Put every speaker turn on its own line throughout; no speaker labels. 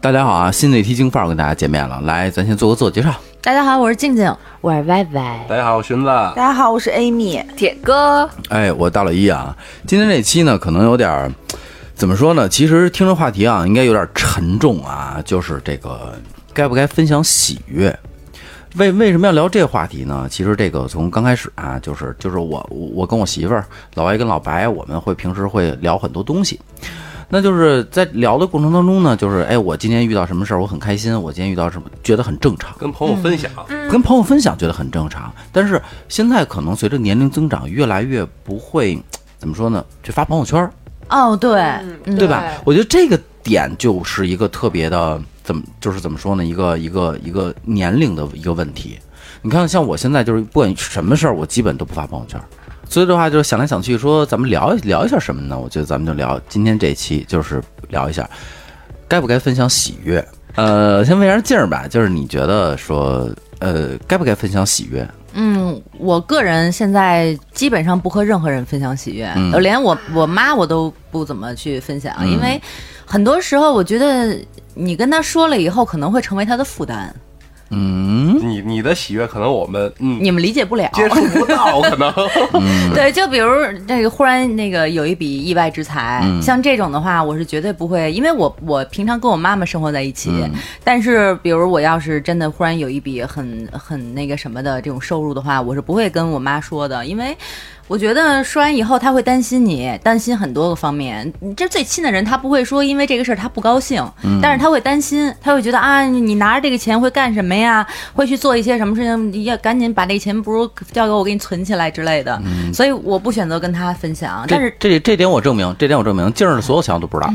大家好啊，新的一期京范儿跟大家见面了，来，咱先做个自我介绍。
大家好，我是静静。
我是歪歪，
大家好，我寻子。
大家好，我是 Amy。
铁哥，
哎，我大老一啊，今天这期呢，可能有点儿怎么说呢？其实听这话题啊，应该有点沉重啊，就是这个该不该分享喜悦？为为什么要聊这个话题呢？其实这个从刚开始啊，就是就是我我我跟我媳妇儿老歪跟老白，我们会平时会聊很多东西。那就是在聊的过程当中呢，就是哎，我今天遇到什么事儿，我很开心；我今天遇到什么，觉得很正常。
跟朋友分享，
跟朋友分享觉得很正常，但是现在可能随着年龄增长，越来越不会怎么说呢？去发朋友圈儿，
哦，对，
对吧？我觉得这个点就是一个特别的，怎么就是怎么说呢？一个一个一个年龄的一个问题。你看，像我现在就是不管什么事儿，我基本都不发朋友圈儿。所以的话，就是想来想去说，咱们聊一聊一下什么呢？我觉得咱们就聊今天这一期，就是聊一下该不该分享喜悦。呃，先问一下静儿吧，就是你觉得说，呃，该不该分享喜悦？
嗯，我个人现在基本上不和任何人分享喜悦，
嗯
呃连我我妈我都不怎么去分享，
嗯
因为很多时候我觉得你跟她说了以后，可能会成为她的负担，
嗯，
你你的喜悦可能我们嗯
你们理解不了。
接触不到，可能
嗯
对，就比如那个忽然那个有一笔意外之财，像这种的话，我是绝对不会，因为我我平常跟我妈妈生活在一起，但是比如我要是真的忽然有一笔很很那个什么的这种收入的话，我是不会跟我妈说的，因为。我觉得说完以后，她会担心你，担心很多个方面。你这最亲的人，他不会说因为这个事儿他不高兴，但是他会担心，他会觉得啊，你你拿着这个钱会干什么呀？会去做一些什么事情？要赶紧把这个钱，不如交给我，给你存起来之类的。所以我不选择跟他分享，但是嗯
这这这点我证明，这点我证明，静儿的所有想法都不知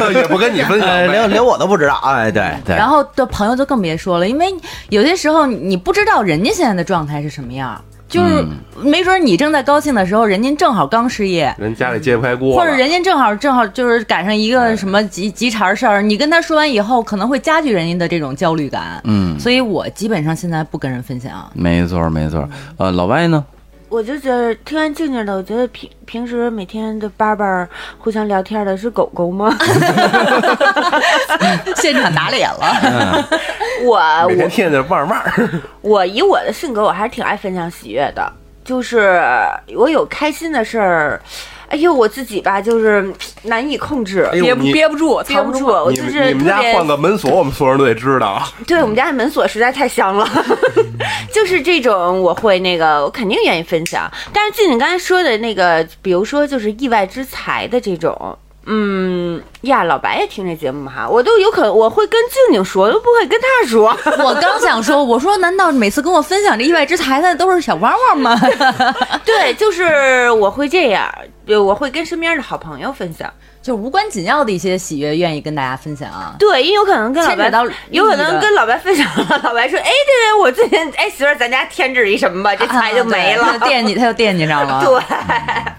道，
也不跟你分享
哎
呗。
连连我都不知道。哎，对对。
然后的朋友就更别说了，因为有些时候你不知道人家现在的状态是什么样儿，就是没准你正在高兴的时候，人家正好刚失业。
人家里揭不开锅了，哎
或者人家正好正好就是赶上一个什么急急茬儿事儿，你跟他说完以后，可能会加剧人家的这种焦虑感。
嗯，
所以我基本上现在不跟人分 享。
没错没错。呃，老歪呢？
我就觉得听完静静的，我觉得平平时每天就叭叭互相聊天的是狗狗 吗？
现场打脸了。
我
每天
我
听见这慢慢，
我以我的性格，我还是挺爱分享喜悦的。就是我有开心的事儿，哎呦，我自己吧，就是难以控制，
哎呦
憋不
你
憋不住，
憋
藏
不
不
住
住。我
你
就
们
是
你们
特
家
别
换个门锁，我们所有人都得知道。
对我们家的门锁实在太香了，
嗯
就是这种我会那个，我肯定愿意分享。但是静静刚才说的那个，比如说就是意外之财的这种，嗯呀，老白也听这节目哈，我都有可能我会跟静静说，都不会跟他 说。
我刚想说，我说难道每次跟我分享这意外之财的都是小汪汪吗？
对，就是我会这样，就我会跟身边的好朋友分享。
就无关紧要的一些喜悦，愿意跟大家分享啊。
对，因为有可能跟老
牵扯
白
到利益的
有可能跟老白分享了，老白说，哎，对对，我最近哎媳妇儿，咱家添置一什么吧，这财就没了。
啊对他就惦记，他就惦记上了。
对，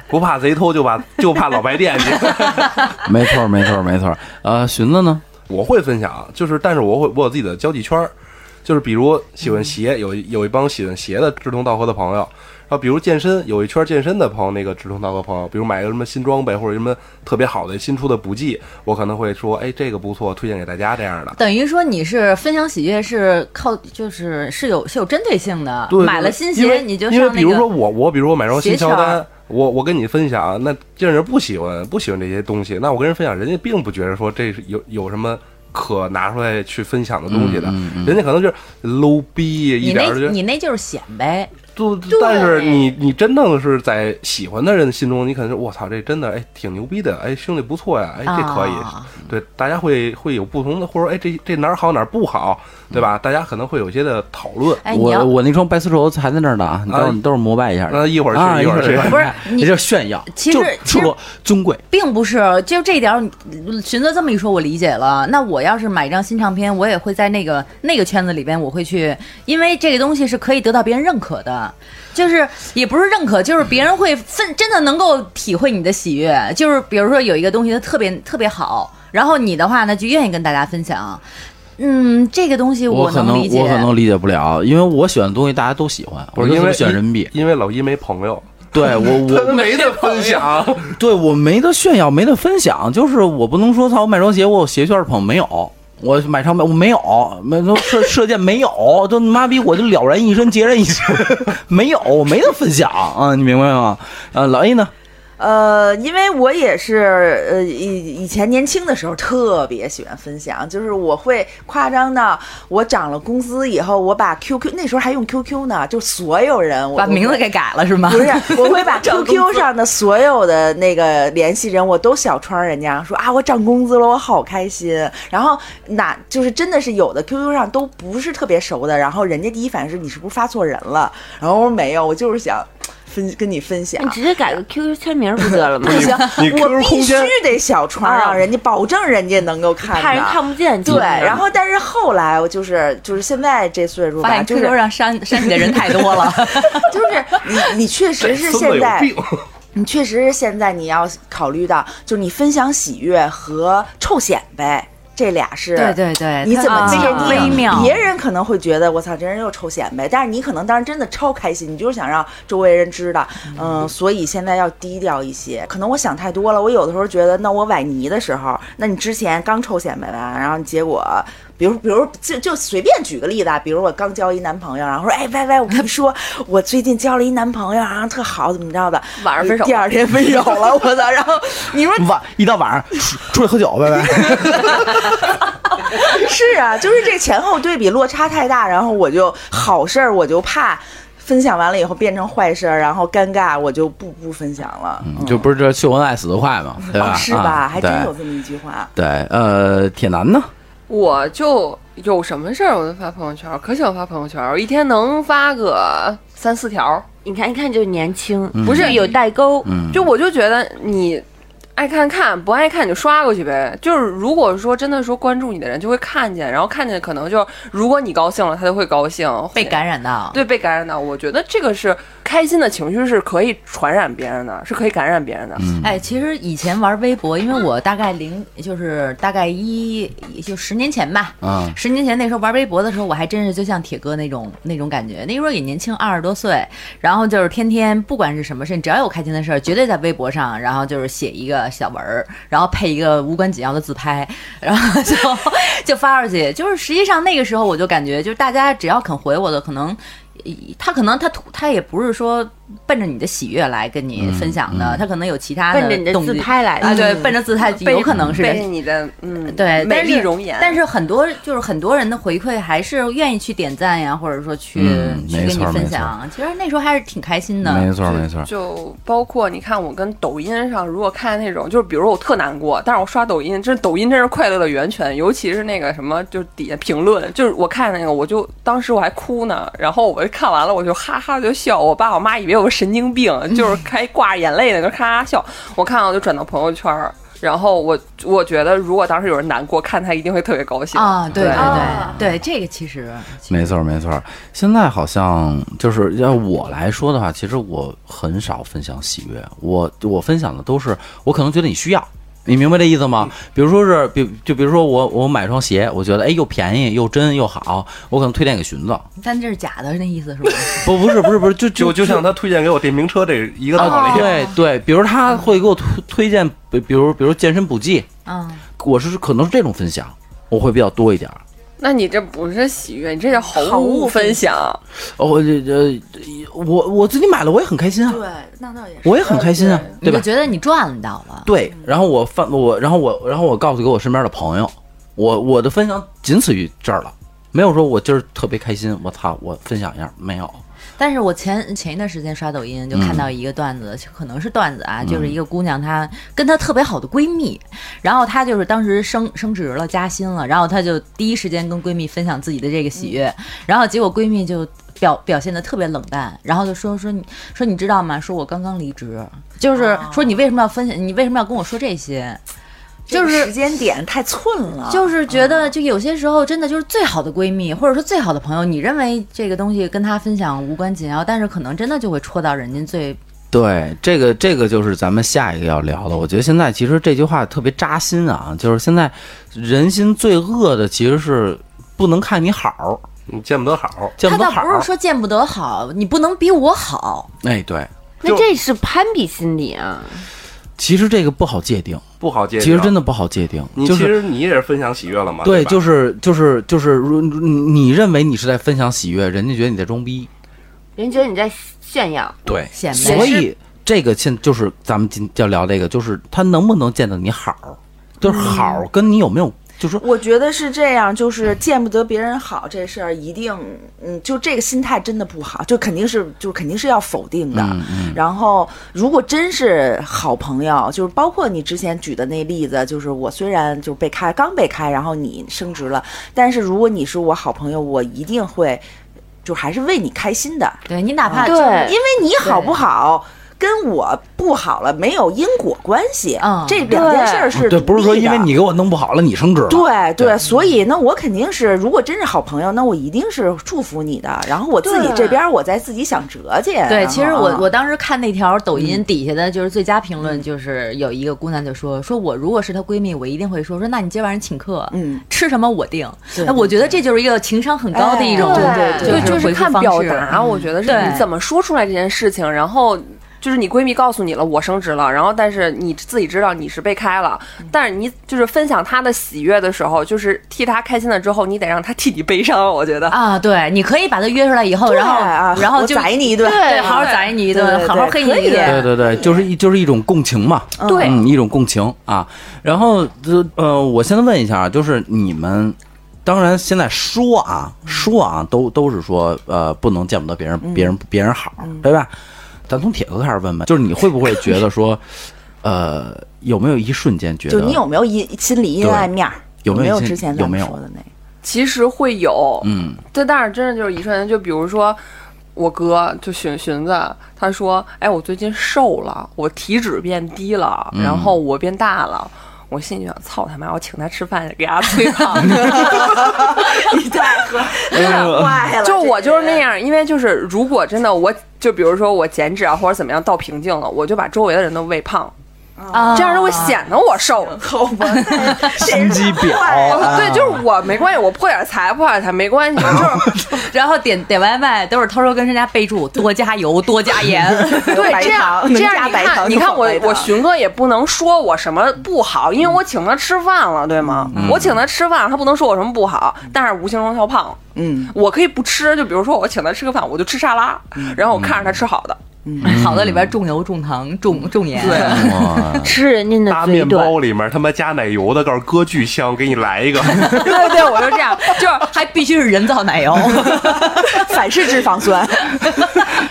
不怕贼偷，就怕就怕老白惦记。
啊
没错没错没错。呃，寻子呢？
我会分享，啊就是但是我会我有自己的交际圈儿，就是比如喜欢鞋，有一有一帮喜欢鞋的志同道合的朋友，然后比如健身，有一圈健身的朋友，那个志同道合朋友，比如买个什么新装备或者什么特别好的新出的补剂，我可能会说，哎，这个不错，推荐给大家这样的。
等于说你是分享喜悦是靠，就是是有是有针对性的。
对，
买了新
因
鞋
为
你就
因
上
为
那个。
比如说我我比如说我买双新
鞋
乔
圈
丹，我我跟你分享，啊那这人不喜欢不喜欢这些东西，那我跟人分享，人家并不觉得说这是有有什么。可拿出来去分享的东西的，人家可能就是 low 逼，一
你
点
那
儿就，
你那就是显摆，
就但是你你真正是在喜欢的人心中，你可能是我操，这真的哎挺牛逼的，哎兄弟不错呀，哎这可以，
啊
对大家会会有不同的，或者说哎这这哪儿好哪儿不好，对吧？大家可能会有一些的讨论，
哎，你
我
要
我那双白丝绸还在那儿呢啊，你到
啊
你都是膜拜一下去。
那一会儿去
啊
一会儿去
去
不是
这
你
叫炫耀，
其实
就
其实
说尊贵。
并不是，就这一点儿，你寻子这么一说，我理解了。那我要是买一张新唱片，我也会在那个那个圈子里边，我会去，因为这个东西是可以得到别人认可的，就是也不是认可，就是别人会分，真的能够体会你的喜悦。就是比如说有一个东西它特别特别好，然后你的话呢就愿意跟大家分享。嗯，这个东西
可
能
能
理解。
我可能理解不了，因为我选的东西大家都喜欢，
不是
我就
因为
选人民币。
因为老一没朋友，
对我我
他 没得分享，
对我没得炫耀，没得分享，就是我不能说操，我买双鞋，我有鞋圈儿捧没有，我买唱片我没有，没都射射箭没有，就妈逼我就了然一身，孑然一身， 没有，我没得分享啊，你明白吗？啊，老 A 呢？
呃，因为我也是，呃，以以前年轻的时候特别喜欢分享，就是我会夸张到我涨了工资以后，我把 QQ 那时候还用 QQ 呢，就所有人我
把
都
名字
会
给改了是吗？
不是， 我会把
涨工资
QQ 上的所有的那个联系人，我都小窗人家说啊，我涨工资了，我好开心。然后哪就是真的是有的 QQ 上都不是特别熟的，然后人家第一反应是你是不是发错人了？然后我说没有，我就是想分跟你分享
你。直接改个 QQ 签名不得 了吗？
哎
不行，
你
我
QQ
必
空
须
间
得小窗
啊
让人家，保证人家能够看
怕人
到
看不见。
对，然后但是后来我就是就是现在这岁数
发
吧，
现
就
QQ
是
上删删你的人太多了，
就是你你确实是
孙子
现
有
在
病，
你确实是现在你要考虑到，就是你分享喜悦和臭显摆这俩 是。
对对对，
你怎么
它
界
非常
定？
微妙？
别人可能会觉得我操，这人又臭显摆，但是你可能当时真的超开心，你就是想让周围人知道，嗯，所以现在要低调一些。可能我想太多了，我有的时候觉得，那我崴泥的时候，那你之前刚臭显摆完，然后结果。比如，比如就就随便举个例子啊，比如我刚交一男朋友，然后说，哎，歪歪，我跟你说，我最近交了一男朋友，然后特好，怎么着的，
晚上分手
第二天分手了，我操！然后你说
晚一到晚上出出去喝酒，拜拜。
是啊，就是这前后对比落差太大，然后我就好事儿我就怕分享完了以后变成坏事儿，然后尴尬，我就不不分享了。嗯
就不是这秀恩爱死得快嘛，对吧？
哦，是吧？
啊
还真
对
有这么一句话。
对，呃，铁男呢？
我就有什么事儿我就发朋友圈，可喜欢发朋友圈，我一天能发个三四条。
你看，一看就年轻，
嗯
不是有代沟。
嗯，
就我就觉得你爱看看，不爱看你就刷过去呗。就是如果说真的说关注你的人就会看见，然后看见可能就如果你高兴了，他就会高兴，
被感染到，
对被感染到。我觉得这个是开心的情绪是可以传染别人的，是可以感染别人的。
嗯
哎，其实以前玩微博，因为我大概零就是大概一就十年前吧，
啊，
十年前那时候玩微博的时候，我还真是就像铁哥那种那种感觉。那时候也年轻，二十多岁，然后就是天天不管是什么事，只要有开心的事儿，绝对在微博上，然后就是写一个小文儿，然后配一个无关紧要的自拍，然后就就发出去。就是实际上那个时候，我就感觉，就是大家只要肯回我的，可能。嗯他可能他图他也不是说奔着你的喜悦来跟你分享的，
嗯
他可能有其他的
奔着你的
动
自
机
拍来的
啊，
嗯
对，奔着自拍有可能是
被你的嗯
对
美
但
丽
是
容颜，
但是很多就是很多人的回馈还是愿意去点赞呀，或者说去、
嗯
去
没
跟你
错没
分
错
享。其实那时候还是挺开心的。
没错没错，
就包括你看，我跟抖音上如果看那种，就是比如我特难过，但是我刷抖音，真是抖音真是快乐的源泉，尤其是那个什么，就是底下评论，就是我看那个，我就当时我还哭呢，然后我就看完了，我就哈哈就笑，我爸我妈以为我个神经病，就是还挂着眼泪呢，就咔咔笑，我看我就转到朋友圈儿。然后我我觉得，如果当时有人难过，看他一定会特别高兴。
啊，对对对、
哦
啊
对，这个其实其实
没错没错。现在好像就是要我来说的话，其实我很少分享喜悦，我我分享的都是我可能觉得你需要。你明白这意思吗？比如说是，比就比如说我我买双鞋，我觉得哎又便宜又真又好，我可能推荐给寻子。
但这是假的，那意思是 吗？
不不是不是不是，就哦
就就像他推荐给我电瓶车这一个道理。
哦
对对，比如他会给我推推荐，比比如比如健身补剂，
嗯，
我是可能是这种分享，我会比较多一点儿。
那你这不是喜悦，你这叫毫
毫无
无分享。
哦，我这这我我自己买了，我也很开心啊，
对，那倒也是。
我也很开心啊，
你
对
就
吧？
觉得你赚了到了。
对，然后我发我，然后我，然后我告诉给我身边的朋友，我我的分享仅此于这儿了，没有说我今儿特别开心，我操，我分享一下，没有，
但是我前前一段时间刷抖音，就看到一个段子，可能是段子啊，就是一个姑娘她跟她特别好的闺蜜，然后她就是当时升升职了，加薪了，然后她就第一时间跟闺蜜分享自己的这个喜悦，然后结果闺蜜就。表表现的特别冷淡，然后就说说你说你知道吗？说我刚刚离职，就是说你为什么要分享？你为什么要跟我说这些？
这个
就是
时间点太寸了，
就是觉得，就有些时候真的就是最好的闺蜜，或者说最好的朋友，你认为这个东西跟她分享无关紧要，但是可能真的就会戳到人家最
对，这个这个就是咱们下一个要聊的。我觉得现在其实这句话特别扎心啊，就是现在人心最恶的其实是不能看你好，
你见不得好，
见
他
不得
倒
好。
不是说见不得好，你不能比我好。
哎，对，
那这是攀比心理啊！
其实这个不好界定，
不好界定。
其实真
的，
的不好界定，
你
就
其
是。
实你也是分享喜悦了嘛？
对，
吧
就是就是就是，如如你你认为你是在分享喜悦，人家觉得你在装逼，
人觉得你在炫 耀，
对
显摆
所以这个现就是咱们今要聊这个，就是他能不能见到你好，就是好跟你有没有，就是说
我觉得是这样，就是见不得别人好这事儿，一定，嗯，就这个心态真的不好，就肯定是，就肯定是要否定的。
嗯
嗯
然后，如果真是好朋友，就是包括你之前举的那例子，就是我虽然就是被开，刚被开，然后你升职了，但是如果你是我好朋友，我一定会，就还是为你开心的，
对你哪怕
对
因为你好不好。跟我不好了没有因果关系，
嗯
这两件事儿是
对，不是说
独立
因
的
为你给我弄不好了，你升职了，
对对，所以那我肯定是，如果真是好朋友，那我一定是祝福你的。然后我自己
对
这边儿我再自己想辙去。
对，
然
其实
后
我
啊
我当时看那条抖音底下的就是最佳评论，就是有一个姑娘就说说我如果是她闺蜜，我一定会说说那你今晚上请客，
嗯，
吃什么我定。哎
对
那我觉得这就是一个情商很高的一种，
哎对对
就
就是回复
看
方
表
式。嗯
达，我觉得是
对
你怎么说出来这件事情，然后。就是你闺蜜告诉你了，我升职了，然后但是你自己知道你是被开了，
嗯
但是你就是分享她的喜悦的时候，就是替她开心了之后，你得让她替你悲伤，我觉得。
啊，对，你可以把她约出来以后，
对
然后、
啊
然后
我
就
宰你一顿
对，好好宰你一
对
顿，
对
好好
对
黑你一
可以
对
顿。
对对，就是一就是一种共情嘛，
对
嗯，一种共情啊。然后呃呃，我现在问一下，啊，就是你们，当然现在说啊说啊，都都是说呃不能见不得别
嗯
人别人别人好，对吧？咱从铁哥开始问吧，就是你会不会觉得说，呃，有没有一瞬间觉
就
得
你有没有阴心理阴
对
暗面儿？
有没
没
有
有
一些
之前
有
咱
没
们
有
说的 那个？
其实会有，
嗯，
但但是真的就是一瞬间，就比如说我哥就寻寻子，他说：“哎，我最近瘦了，我体脂变低了，然后我变大了。我心里想：“操他妈！我请他吃饭，给他催胖。
你太喝
哎
太坏了，
就我就是那
样。
样，因为就是如果真的我，就比如说我减脂啊，或者怎么样到瓶颈了，我就把周围的人都喂胖，
啊
这样就会显得我瘦。
好吧，
心机婊
哦
我对，
啊
就是我没关系，我破点财破点财没关系，
哦
就是
然后点点外卖都是偷偷跟人家备注多加油多加 盐，
对，
白
这样
糖
这
能加
样你
白糖
看，你
就
看
好
我
白
我
糖
寻哥也不能说我什么不好，因为我请他吃饭了，对吗？我请他吃饭，他不能说我什么不好，但是无形中他胖了。
嗯，
我可以不吃，就比如说我请他吃个饭，我就吃沙拉，然后我看
嗯
着他吃好的，
好的里边重油重糖重重盐。
哇
吃人家
大
的嘴
面
短，
包里面他妈加奶油的，告诉哥巨香，给你 来一个。
对对，我就这样，
就是还必须是人造奶油，
反式脂肪酸，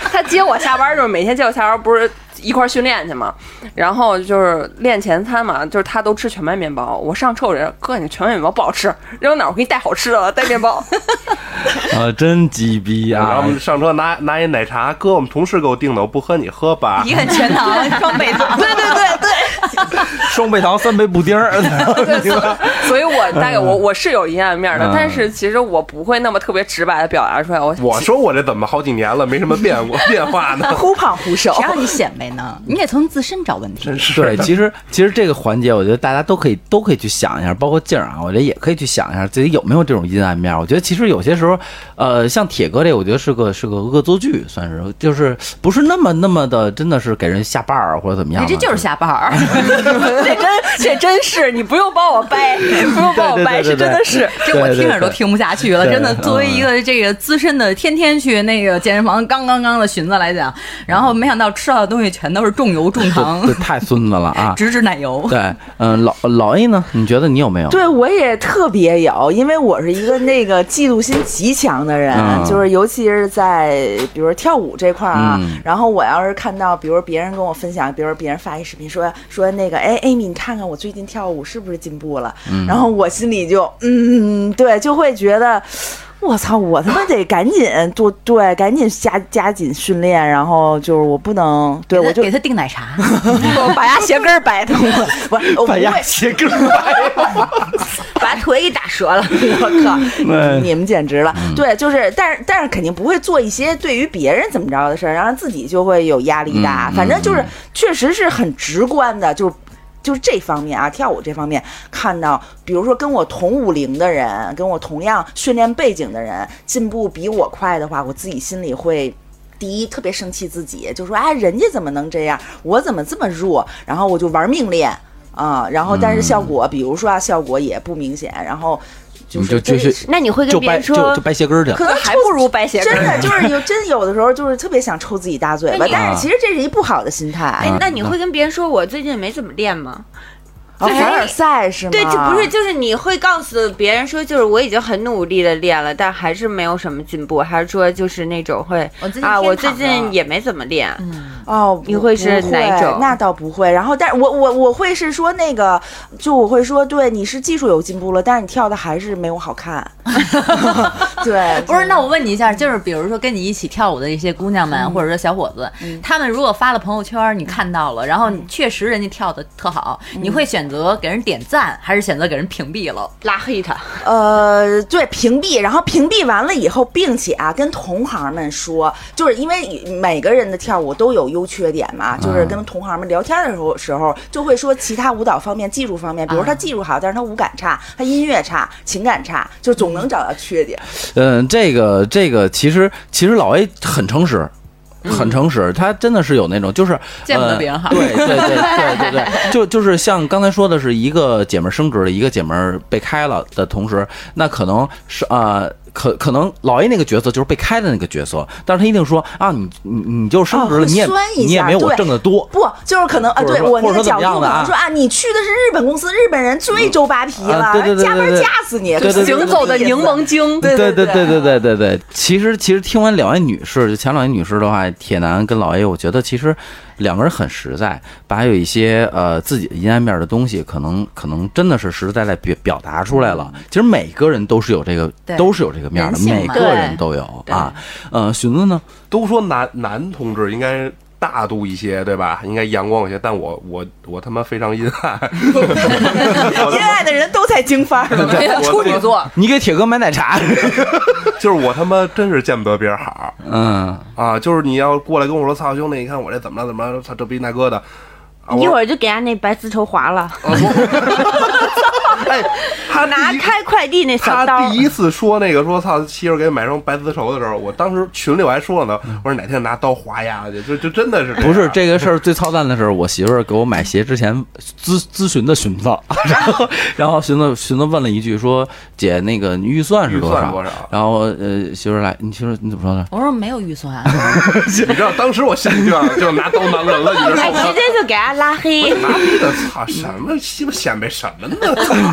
他接我下班儿就是每天接我下班儿不是一块儿训练去嘛，然后就是练前餐嘛，就是他都吃全麦面包，我上臭人，哥你全麦面包不好吃，扔哪儿我给你带好吃的了，带 面包。
啊，真鸡逼
然后
啊
我！们上车拿拿一奶茶，哥，我们同事给我订的，我不喝你喝吧。
一个全糖双倍糖。对对对对，
双倍糖，三杯布丁儿，
所以我大
嗯
概我我是有阴暗面的，但是其实我不会那么特别直白的表达出来。我
我说我这怎么好几年了，没什么变 过变化呢？
忽胖忽瘦
谁。让你显摆呢？你得从自身找问题。
对，其实其实这个环节，我觉得大家都可以都可以去想一下，包括静儿啊，我觉得也可以去想一下自己有没有这种阴暗面。我觉得其实有些时候，呃，像铁哥这，我觉得是个是个恶作剧，算是就是不是那么那么的，真的是给人下绊儿或者怎么样啊
你
的。
哎这就是下绊儿，
这真这哎真是你不用帮我 掰，不用帮我
对对对
掰，
对
是真 的是。
这我
对对
听着都
对
听不下去了。
对
真的，
嗯
作为一个这个资深的，天天去那个健身房刚刚刚的寻子来讲，然后没想到吃到的东西全都是重油重糖
这，这太孙子了啊！
直指奶油。
对，嗯、老老 A 呢？你觉得你有没有？
对，我也特别有，因为我是一个那个嫉妒心极强的人，
嗯
就是尤其是在比如说跳舞这块儿啊，
嗯
然后我要是看到，比如别人跟我分享，比如别人发一视频说说那个，哎，Amy，你看看我最近跳舞是不是进步了？
嗯
然后我心里就，嗯，对，就会觉得。我操！我他妈得赶紧多对，赶紧加加紧训练，然后就是我不能对
给他
我就
给他订奶茶，
我把牙鞋跟儿掰疼了，不是，我不
哎呀
会，
鞋跟白
把腿给打折 了。
我 靠，
对
你们简直了！
嗯
对，就是，但是但是肯定不会做一些对于别人怎么着的事儿，然后自己就会有压力大。
嗯
反正就是，确实是很直观的，就是。就是这方面啊，跳舞这方面，看到比如说跟我同舞龄的人，跟我同样训练背景的人进步比我快的话，我自己心里会第一特别生气自己，就说啊、哎，人家怎么能这样，我怎么这么弱？然后我就玩命练啊，然后
嗯
但是效果，比如说啊，效果也不明显，然后就
你
是
就就
真
是
那你会跟
就
别
掰
人
就
说
就，掰鞋跟儿去，
可能还不如白鞋跟
真
儿。
的就是有真有的时候就是特别想抽自己大嘴
那
巴，
你啊
但是其实这是一不好的心态。
哎，
嗯
那你会跟别人说我最近没怎么练吗？
哦
就是
凡尔赛是
哎
吗？
对，就
啊
不是，就是你会告诉别人说，就是我已经很努力的练了，但还是没有什么进步，还是说就是那种会
我最近
啊，
天
我最
躺着
近也没怎么练，
哦，
你
不
会是
不
哪一种
那倒不会。然后，但是我我我会是说那个，就我会说，对，你是技术有进步了，但是你跳的还是没有 好看。 对，
不是，那我问你一下，就是比如说跟你一起跳舞的一些姑娘们，或者说小伙子，他们如果发了朋友圈，你看到了，然后你确实人家跳的特好，你会选择给人点赞，还是选择给人屏蔽了？
拉黑他。
呃，对，屏蔽，然后屏蔽完了以后，并且啊，跟同行们说，就是因为每个人的跳舞都有优缺点嘛，
嗯
就是跟同行们聊天的时候时候，就会说其他舞蹈方
嗯
面、技术方面，比如他技术好，但是他舞感差，他音乐差，情感差，就总能找到缺点。
嗯，这个这个其实其实老 A 很诚实。很诚实，他真的是有那种，就是
嗯见不得
呃
别人好
对对 对对对对，就就是像刚才说的，是一个姐们儿升职了，一个姐们儿被开了的同时，那可能是啊、呃可可能老 A 那个角色就是被开的那个角色，但是他一定说啊，你你你就升职了，
哦
你也
会酸一下
你也没有我
对
挣的多，
不，就是可能啊，
或者
对
说
我那
或者说
个
怎么
角度
样
可
的啊
能说啊，你去的是日本公司，日本人最周扒皮
啊
了
对对，对
加班
对对
加死你，
对对对
就是
行走的
这个意
柠
思
檬 精，
对
对
对
对对对对对。其实其实听完两位女士，就前两位女士的话，铁男跟老 A，我觉得其实两个人很实在，把有一些呃自己的阴暗面的东西，可能可能真的是实实在在表表达出来了。其实每个人都是有这个
对
都是有这个面的，
人性
每
嘛
个人都有啊。呃，寻子呢？
都说男男同志应该大度一些，对吧？应该阳光一些，但我我我他妈非常阴暗，
阴暗的人都在京范儿 了。
我
处女座，
你给铁哥买奶茶？
就是我他妈真是见不得别人好
嗯，
啊！就是你要过来跟我说，操兄弟，你看我这怎么了怎么了，操这逼那哥的，啊、
一
我
会儿就给他那白丝绸划了，
哎，他
拿
第一
开快递那小刀
他。第一次说那个说操媳妇儿给买双白丝绸的时候，我当时群里我还说了呢，我说哪天拿刀划丫去，就就真的是样
不是这个事儿最操蛋的是，我媳妇儿给我买鞋之前咨咨询的寻子， 然后然后寻子寻子问了一句说：“姐，那个预算是
预
多
算
少？”
多少？
然后呃，媳妇儿来，你媳妇儿你怎么说 呢？
我说没有预 算，
你知道当时我心里就想就拿刀囊人了，你知 道
哎，直
吗？
接就给他拉黑，
妈逼的，操什么鸡巴显摆什么呢？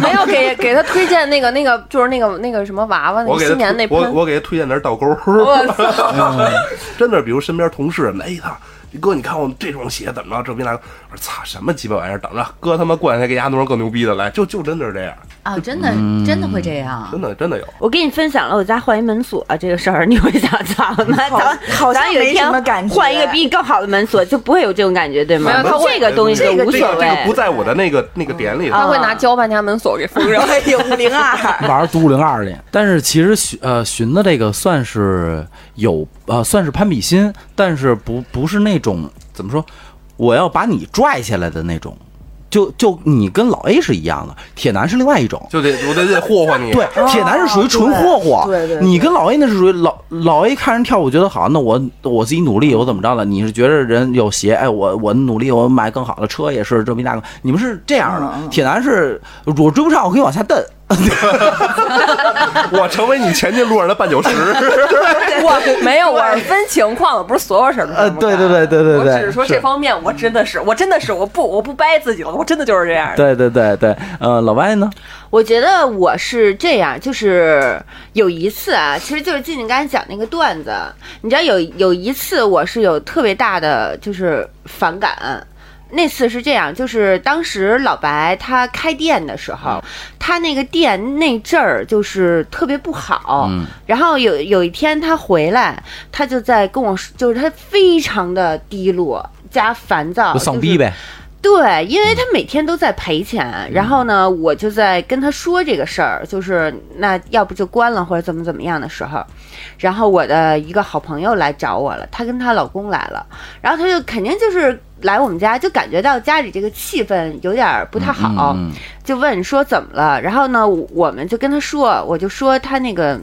没有给给他推荐那个那个就是那个那个什么娃娃，那
我
个
给
新年那
他我
喷。
我给他推荐点倒钩，
我 操！
嗯
真的，比如身边同事，哎他。哥，你看我这双鞋怎么着？这边来，我说操，什么鸡巴玩意儿？等着，哥他妈过两天给丫弄上更牛逼的来，就就真的是这样，
啊，真的
嗯
真的会这样
真。的真的有。
我跟你分享了我家换一门锁、啊这个事儿，你会想操他妈，
好
咱
好像
咱有一
没
天
什么感觉
换一个比你更好的门锁，就不会有这种感觉，对吗？
没有他会
这个东西就
这个
无
这
所
个
谓。
这个不在我的那个那个点里头。
他会
啊
拿胶把你家门锁给封上。
哎呦，五零
啊
二，
玩独零二去。但是其实寻呃寻的这个算是有呃算是攀比心，但是不不是那种怎么说，我要把你拽下来的那种。就就你跟老 A 是一样的，铁男是另外一种。
就得我得得霍霍你。
对，铁男是属于纯霍霍，
哦对对对
你跟老 A 那是属于老老 A 看人跳舞觉得好，那我我自己努力我怎么着了？你是觉得人有鞋，哎，我我努力我买更好的车也是这么一大个，你们是这样的，
嗯
铁男是我追不上我可以往下蹬，
我成为你前进路上的绊脚石。
我没有，我是分情况的，不是所有事儿都这么
呃
干
对对对对对对
我只是说这方面，我真的是，我真的是，我不我不掰自己了，我真的就是这样。
对对对对，呃，老外呢？
我觉得我是这样，就是有一次啊，其实就是静静刚才讲那个段子，你知道有有一次我是有特别大的就是反感。那次是这样，就是当时老白他开店的时
嗯
候，他那个店那阵儿就是特别不好。
嗯
然后有有一天他回来，他就在跟我说，就是他非常的低落加烦躁，
就丧逼
呗。
呗，
对，因为他每天都在赔钱，
嗯
然后呢，我就在跟他说这个事儿，就是那要不就关了或者怎么怎么样的时候，然后我的一个好朋友来找我了，她跟她老公来了，然后她就肯定就是来我们家，就感觉到家里这个气氛有点儿不太好，
嗯嗯
就问说怎么了，然后呢，我我们就跟他说，我就说他那个。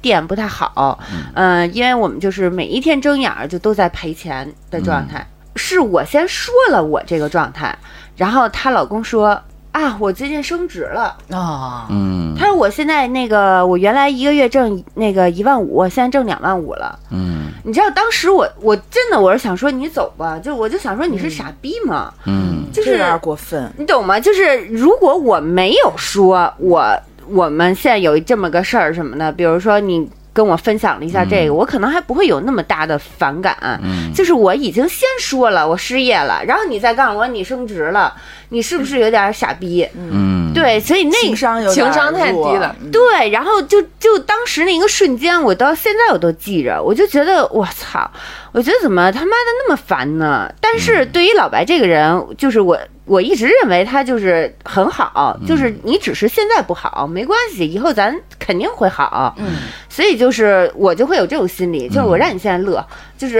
店不太好，嗯、因为我们就是每一天睁眼儿就都在赔钱的状态。
嗯
是我先说了我这个状态，然后她老公说啊，我最近升职了。
哦，
嗯
他说我现在那个我原来一个月挣那个一万五，我现在挣两万五了。
嗯
你知道当时我我真的我是想说你走吧，就我就想说你是傻逼吗？
嗯
就
这有
是
点过分。
你懂吗？就是如果我没有说我我们现在有这么个事儿什么的，比如说你跟我分享了一下这个，我可能还不会有那么大的反感。
嗯
就是我已经先说了我失业了，然后你再告诉我你升职了，你是不是有点傻逼？
嗯，
对，所以那
情
个
商有点
情商太低
弱
了，
嗯
对，然后就就当时那一个瞬间，我到现在我都记着，我就觉得我操，我觉得怎么他妈的那么烦呢？但
嗯
是对于老白这个人，就是我我一直认为他就是很好，
嗯
就是你只是现在不好，没关系，以后咱肯定会好。
嗯，
所以就是我就会有这种心理，就是
嗯
我让你现在乐，就是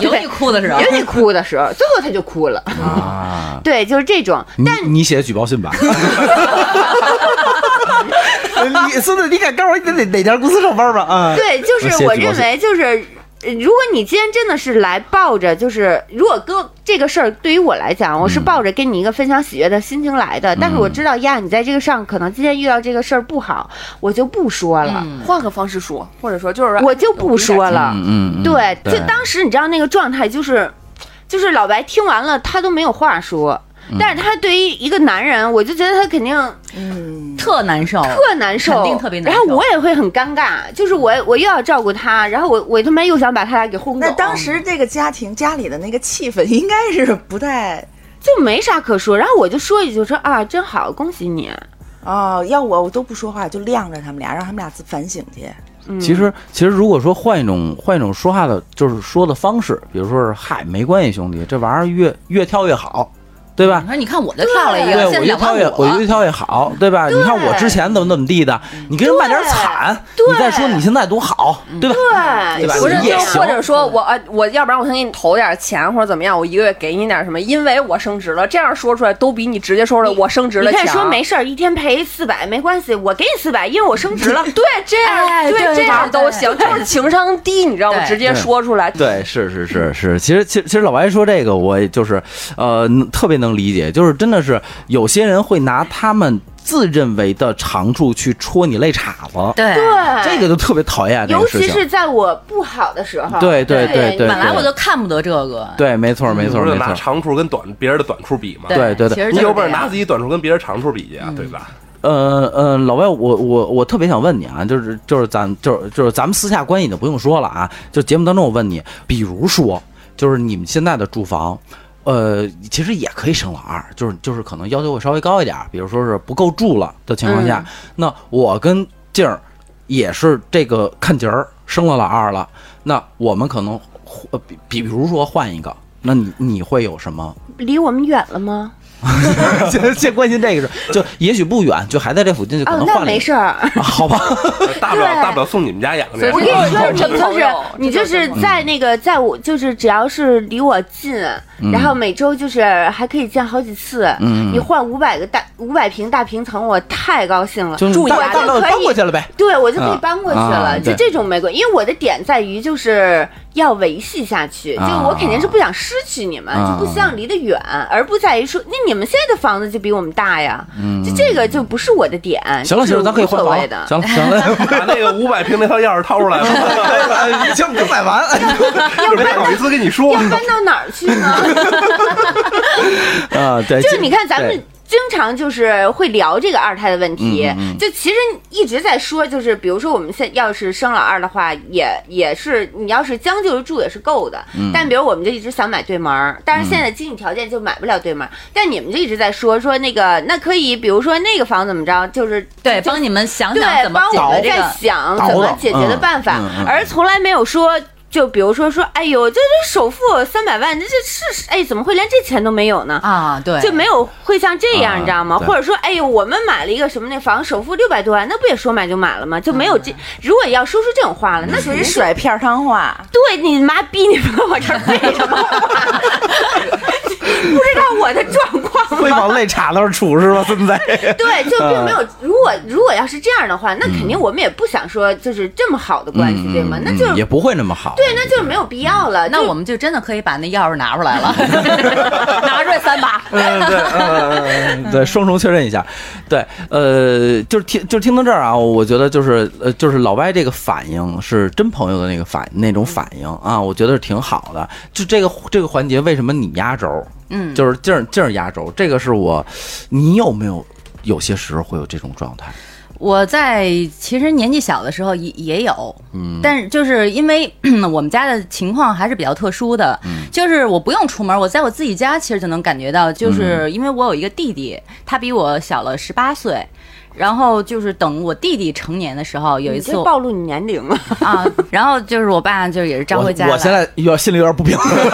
有你哭的时候，
有你哭的时候，最后他就哭了。
啊，
对，就是这种。
你你写举报信 吧。 你孙子，你敢告诉我你在哪哪家公司上班吗？ 啊，
对，就
我
是
谢谢我
我认
谢
为就是，呃如果你今天真的是来抱着，就是如果跟我这个事儿对于我来讲，我
嗯
是抱着跟你一个分享喜悦的心情来的，但是我知道呀，你在这个上可能今天遇到这个事儿不好，我就不说了，
嗯
换个方式说，或者说就是
我就不说了。
嗯嗯，
对，
对
就当时你知道那个状态就是，就是老白听完了他都没有话说。
嗯
但是他对于一个男人，我就觉得他肯定
特难受，
特难受，
肯定特别难
然后
受
我也会很尴尬，就是我我又要照顾他，然后我我他妈又想把他俩给轰走。
那当时这个家庭家里的那个气氛应该是不太
就没啥可说，然后我就说一句说啊，真好，恭喜你。
哦，要我我都不说话，就晾着他们俩，让他们俩自反省去。
其实，其实如果说换一种换一种说话的，就是说的方式，比如说是“嗨，没关系，兄弟，这玩意儿越越跳越好，对吧
你说，你看我就跳了一
对
嗯啊个，现在啊
我越
两
跳
万
越
五
我
了
越跳越好，对吧？你看我之前怎么怎么地的，你跟人卖点惨，
对
你再说你现在多好，对吧？
对
对吧
不是，
也
就
行
或者说我啊，我要不然我先给你投点钱，或者怎么样，我一个月给你点什么，因为我升职了，这样说出来都比你直接说出来我升职
你
了
可以
强。
说没事儿，一天赔四百没关系，我给你四百，因为我升职了。
对，这样
哎
对
对
这样
对
都行，就是情商低，你知道吗？
对
直接说出来，
对，是是是是，其实其实其实老白说这个，我也就是呃能特别能理解，就是真的是有些人会拿他们自认为的长处去戳你肋叉子，
对。
这
对，
个就特别讨厌这
尤
个事
其
情。
是在我不好的时候。
对对对对，
本来
对
我就看不得这个，
对，没错 没错
不是
没
拿
错。
长处跟短别人的短处比嘛？
对对对
其实
你
就是
有本事
这样
拿自己短处跟别人长处比去啊，对吧？
呃呃，老外，我我我特别想问你啊，就是就是咱就是就是咱们私下关系就不用说了啊，就节目当中我问你，比如说就是你们现在的住房。呃，其实也可以升老二，就是就是可能要求会稍微高一点儿，比如说是不够住了的情况下，那我跟静儿也是这个看节儿升了老二了，那我们可能呃比比如说换一个，那你你会有什么
离我们远了吗？
先先关心这个事儿，就也许不远，就还在这附近，就可
哦
能，
那
换了一
没
个。
事儿。
啊好吧，
大不了
对
大不了送你们家养去
所以。
我跟你说，你
真
就
朋
是
友
你
真
就
的
是
真朋友
在那个，在我就是只要是离我近，然后每周就是还可以见好几次。
嗯
你换五百个大五百平大平层，我太高兴了。
就是
我
大大不了
就可
搬过
以，
去了呗。
对我就可以搬过去
啊啊
了。就
对
这种玫瑰，因为我的点在于就是要维系下去，就
啊
我肯定是不想失去你们，
啊
就不希望离得远，而不在于说那你们现在的房子就比我们大呀。就这个就不是我的点。
嗯行了行了，咱可以换
无所
房
谓
了。
的。
行了行了，
把那个五百平那套钥匙掏出来吧，
已经没买完。
没好意思跟你说
要。搬到哪儿去呢？
啊，对，
就是你看咱们
对。
经常就是会聊这个二胎的问题，就其实一直在说，就是比如说我们现要是生老二的话，也也是你要是将就着住也是够的。但比如我们就一直想买对门儿，但是现在经济条件就买不了对门儿。但你们就一直在说说那个，那可以，比如说那个房怎么着，就是
对，
就
帮你们想
对，
想怎么
帮
解
我
决
们
这
在
个。
想
倒
怎么
腾
解决的办法
嗯嗯嗯，
而从来没有说。就比如说说，哎呦，这这首付三百万，这这是哎，怎么会连这钱都没有呢？
啊，对，
就没有会像这样，
啊
你知道吗？
对
或者说，哎呦，我们买了一个什么那房，首付六百多万，那不也说买就买了吗？就没有
嗯
这，如果要说出这种话了，那
属
属
于
于是
甩片儿汤话，
对你妈逼，你们跟我这儿废什么话？ 不知道我的状况吗？
往肋叉那儿杵是吧，孙子？嗯
对，就并没有。如果果如果要是这样的话，那肯定我们也不想说就是这么好的关系，
嗯
对吗？
嗯
那就
嗯也
是
不会那么好。
对，那就是没有必要了。
那
就
我们就真的可以把那钥匙拿 出来了，拿出来三把。
嗯，对，嗯嗯对，双重确认一下。对，呃，就是听，就是听到这儿啊，我觉得就是，呃，就是老歪这个反应是真朋友的那个反那种反应啊，我觉得是挺好的。就这个这个环节，为什么你压轴？
嗯，
就是劲儿劲儿压轴，这个是我，你有没有有些时候会有这种状态？
我在其实年纪小的时候也也有，嗯，但是就是因为 我们家的情况还是比较特殊的，
嗯
就是我不用出门，我在我自己家其实就能感觉到，
嗯
就是因为我有一个弟弟，他比我小了十八岁。然后就是等我弟弟成年的时候，有一
你
次
这
我
暴露你年龄了，
啊，然后就是我爸就也是招
我
回家来
我现在有心里有点不平衡。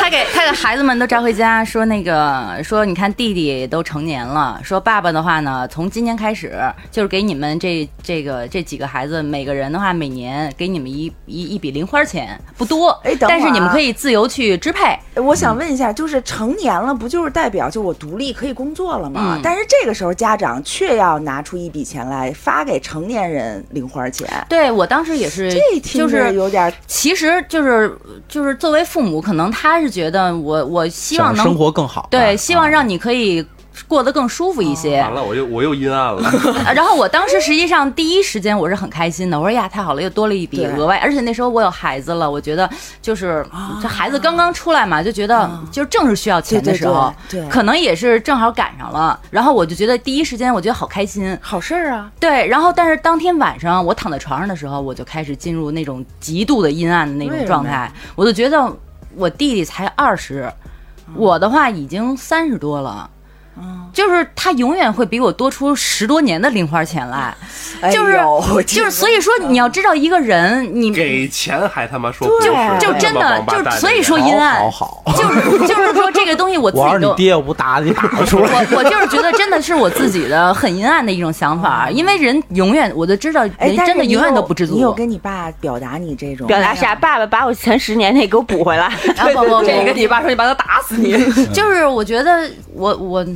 他给他给孩子们都招回家，说那个说你看弟弟都成年了，说爸爸的话呢，从今年开始就是给你们这这个这几个孩子每个人的话，每年给你们一一一笔零花钱，不多，
哎等会儿啊
但是你们可以自由去支配。
哎我想问一下，就是成年了，不就是代表就我独立可以工作了吗？
嗯
但是这个时候家长却要拿出一笔钱来发给成年人零花钱，
对我当时也是，
这听
就
着
是
有点儿
其实就是就是作为父母，可能他是觉得我我希望
想
能
生活更好吧，
对，希望
啊
让你可以过得更舒服一
哦
些。
完了，我又我又阴暗了。
啊然后我当时实际上第一时间我是很开心的，我说呀太好了，又多了一笔
对
额外，而且那时候我有孩子了，我觉得就是这孩子刚刚出来嘛，就觉得就正是需要钱的时候，
啊嗯对对对对
可能也是正好赶上了，然后我就觉得第一时间我觉得好开心，
好事儿啊。
对，然后但是当天晚上我躺在床上的时候，我就开始进入那种极度的阴暗的那
为什
种
么
状态，我就觉得我弟弟才二十，我的话已经三十多了。
嗯
就是他永远会比我多出十多年的零花钱来，
哎
就是
呦
就是所以说你要知道一个人，你
给钱还他妈说
对
不是，
就真的就所以说
啊
阴暗
好，好好，
就是就是说这个东西我自
我要
己
是你
都。
爹，我不打你打不出来。
我我就是觉得真的是我自己的很阴暗的一种想法，因为人永远我就知道
哦哎
人，
但是
真的
你
永远
有
都不知足。
你有跟你爸表达你这种
表达啥？爸爸把我前十年那给我补回来。
啊不不不，
这 个你爸说你把他 打死 你，
就是我觉得我我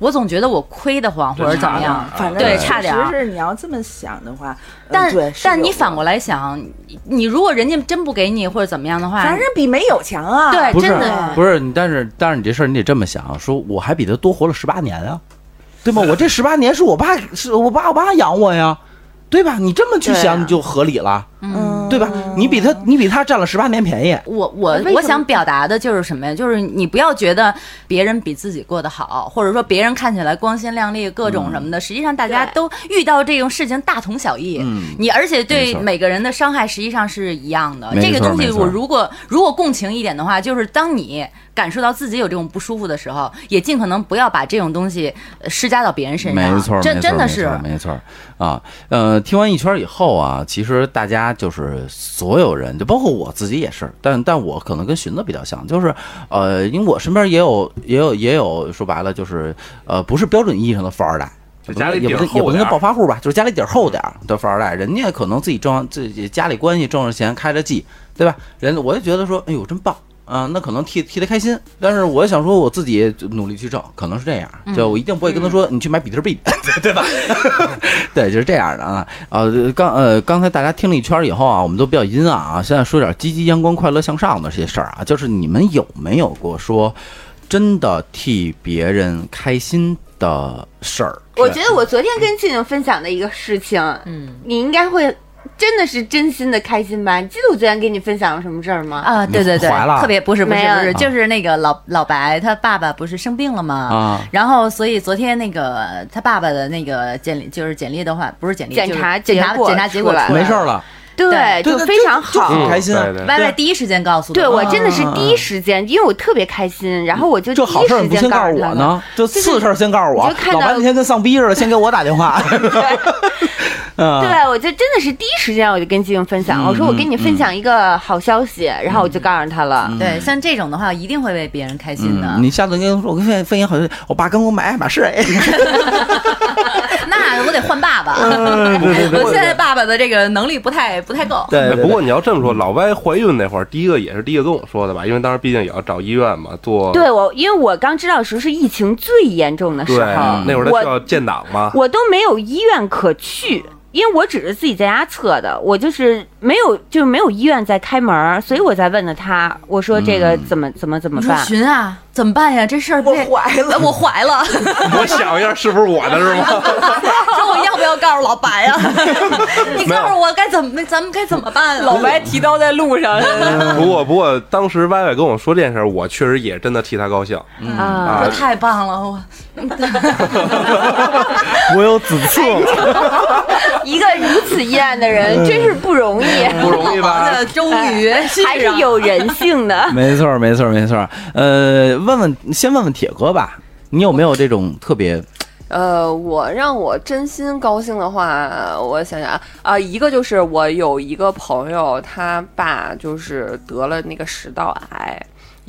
我总觉得我亏得慌或者怎么样，
反正
对
确
差点儿
实是你要这么想的话，嗯
但
对是
但你
有
反过来想，你如果人家真不给你或者怎么样的话，
反正比没有强啊。
对
不是
真的
不是你，但是但是你这事儿你得这么想，啊说我还比他多活了十八年啊，对 吗？我这十八年是我爸是我爸我爸养我呀，对吧？你这么去
对啊
想你就合理了，
嗯，
对吧？你比他你比他占了十八年便宜，
我我
为什么
我想表达的就是什么呀？就是你不要觉得别人比自己过得好，或者说别人看起来光鲜亮丽，各种什么的。实际上，大家
对
都遇到这种事情大同小异。
嗯
你而且对
没错
每个人的伤害实际上是一样的。
没错
这个东西，
没错
我如果如果共情一点的话，就是当你感受到自己有这种不舒服的时候，也尽可能不要把这种东西呃施加到别人身上。
没错儿，
真
没错儿
真的
没错
是
儿没错儿啊。呃，听完一圈儿以后啊，其实大家就是所有人，就包括我自己也是，但但我可能跟寻子比较像，就是呃，因为我身边也有也有也有，说白了就是呃，不是标准意义上的富二代。
就家里
也不
底儿嗯
能也不能叫
厚点儿
暴发户吧，就是家里底儿厚点儿的富二代，人家可能自己挣自己家里关系挣着钱开着记，对吧？人我就觉得说，哎呦真棒啊、那可能替替他开心，但是我想说我自己努力去挣，可能是这样，就我一定不会跟他说、你去买比特币， 对吧？对，就是这样的啊。呃，刚呃，刚才大家听了一圈以后啊，我们都比较阴暗啊。现在说点积极、阳光、快乐、向上的这些事儿啊，就是你们有没有过说真的替别人开心的事儿？
我觉得我昨天跟静静分享的一个事情，
嗯
你应该会真的是真心的开心吧？你记得我昨天给你分享了什么事儿吗？
啊，对对对
怀了，
特别不是不是
没有
不是，就是那个老老白他爸爸不是生病了吗？
啊，
然后，所以昨天那个他爸爸的那个简历，就是简历的话，不是简历，
检
就是
查
检查
结果
检查结果
出来
出来
没事儿。了，
对，
对
就
对
非常好。嗯
很开心啊
对对
歪歪第一时间告诉
对我真的是
啊
第一时间，因为我特别开心，然后我就第
这好
一
事儿
时
你不
间
先告
告
诉
诉他
我
了。
呢？这次事儿先告诉我
你就看，到
老白那天跟丧逼似的，先给我打电话。嗯，
对，我就真的是第一时间我就跟静静分享，我说我跟你分享一个好消息，然后我就告诉他了。
嗯
对，像这种的话，一定会为别人开心的。
嗯，你下次跟我说，我跟分分享好像我爸跟我买爱马仕，哎，
那那我得换爸爸。
嗯
我现在爸爸的这个能力不太不太够。
对，
不过你要这么说，老歪怀孕那会儿，第一个也是第一个跟我说的吧，因为当时毕竟也要找医院嘛，做
对我，因为我刚知道的时候是疫情最严重的
对
时候，
啊
那会儿他
我
需要建档嘛，
我都没有医院可去，因为我只是自己在家测的，我就是没有就是没有医院在开门儿，所以我才问的他，我说这个怎么、怎么怎么
你说
办？
寻啊，怎么办呀？这事儿
我
被
怀了，
我怀了，
我想一下是不是我的是吗？
说我要不要告诉老白呀？ 你告诉我该怎么，咱们该怎么办啊？
老白提刀在路上，
嗯
不过不过当时歪歪跟我说这件事儿，我确实也真的替他高兴
嗯
啊，
啊
这。太棒了，我
我有子
哎
嗣了。。
一个如此阴暗的人 真是不容易，
不容易吧？
这 终于续
还是
上
有人性 的
没错儿，没错儿，没错儿。呃，问问，先问问铁哥吧，你有没有这种特别
呃，我让我真心高兴的话，我想想啊，啊、一个就是我有一个朋友，他爸就是得了那个食道癌，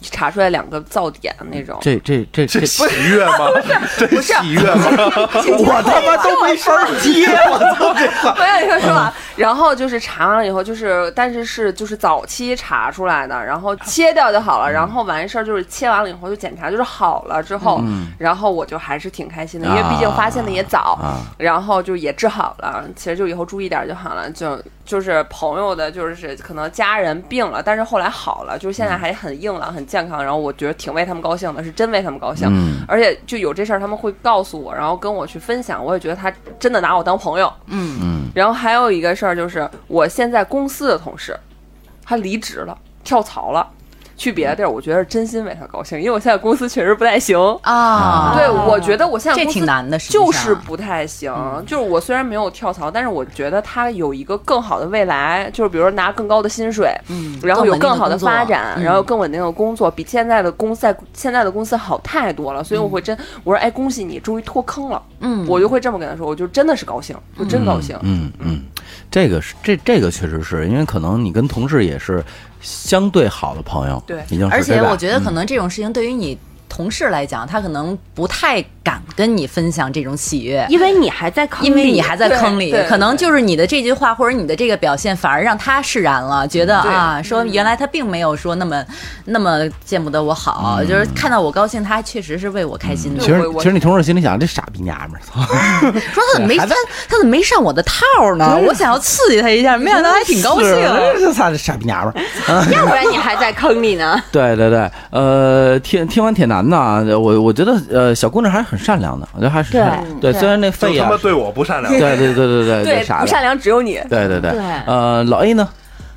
查出来两个噪点那种。
这这这这
这？喜悦吗？ 这喜悦吗？
我他妈都没法儿接，我操！
不要你说说吧。 然后就是查完了以后，就是但是是就是早期查出来的，然后切掉就好了，然后完事儿就是切完了以后就检查就是好了之后，然后我就还是挺开心的，因为毕竟发现的也早，
啊
然后就也治好了。其实就以后注意点就好了，就就是朋友的，就是可能家人病了，但是后来好了，就是现在还很硬朗、很健康，然后我觉得挺为他们高兴的，是真为他们高兴。
嗯
而且就有这事儿，他们会告诉我，然后跟我去分享，我也觉得他真的拿我当朋友。
嗯，
然后还有一个事儿就是，我现在公司的同事，他离职了，跳槽了，去别的地儿，我觉得是真心为他高兴，因为我现在公司确实不太行。
啊
对，我觉得我现在
这
公司
挺难的，实际上
就是不太行。就是我虽然没有跳槽，但是我觉得他有一个更好的未来，就是比如说拿更高的薪水，
嗯
然后有更好
的
的发展，
嗯
然后更稳定的工作，比现在的公司在现在的公司好太多了。所以我会真我说哎，恭喜你，终于脱坑了。
嗯
我就会这么跟他说，我就真的是高兴，就真高 兴。
嗯嗯，这个是这这个确实是因为可能你跟同事也是相对好的朋友，
对
已嗯经是
而且
对吧
我觉得可能这种事情对于你同事来讲，他可能不太敢跟你分享这种喜悦。
因为你还在坑里，
因为你还在坑里
对，对
可能就是你的这句话或者你的这个表现，反而让他释然了，觉得
对
啊，说原来他并没有说那么那么见不得我好，就是看到我高兴，他确实是为我开心的
其。实
我我
其实你同事心里想，这傻逼娘们儿，操！
说他怎么没
还
他
在
他怎么没上我的套呢？我想要刺激他一下，没想到还挺高兴。
是，操这傻逼娘们儿。
要不然你还在坑里呢。
对对对，呃，听听完铁男呢，我我觉得呃，小姑娘还是很善良的，我觉得还是
对
善对，
对
虽然那肺
就他
呀
妈，对我不善良
对，对对对对那啥
不
的
善，良只有你。
对对对
对
呃，老 A 呢？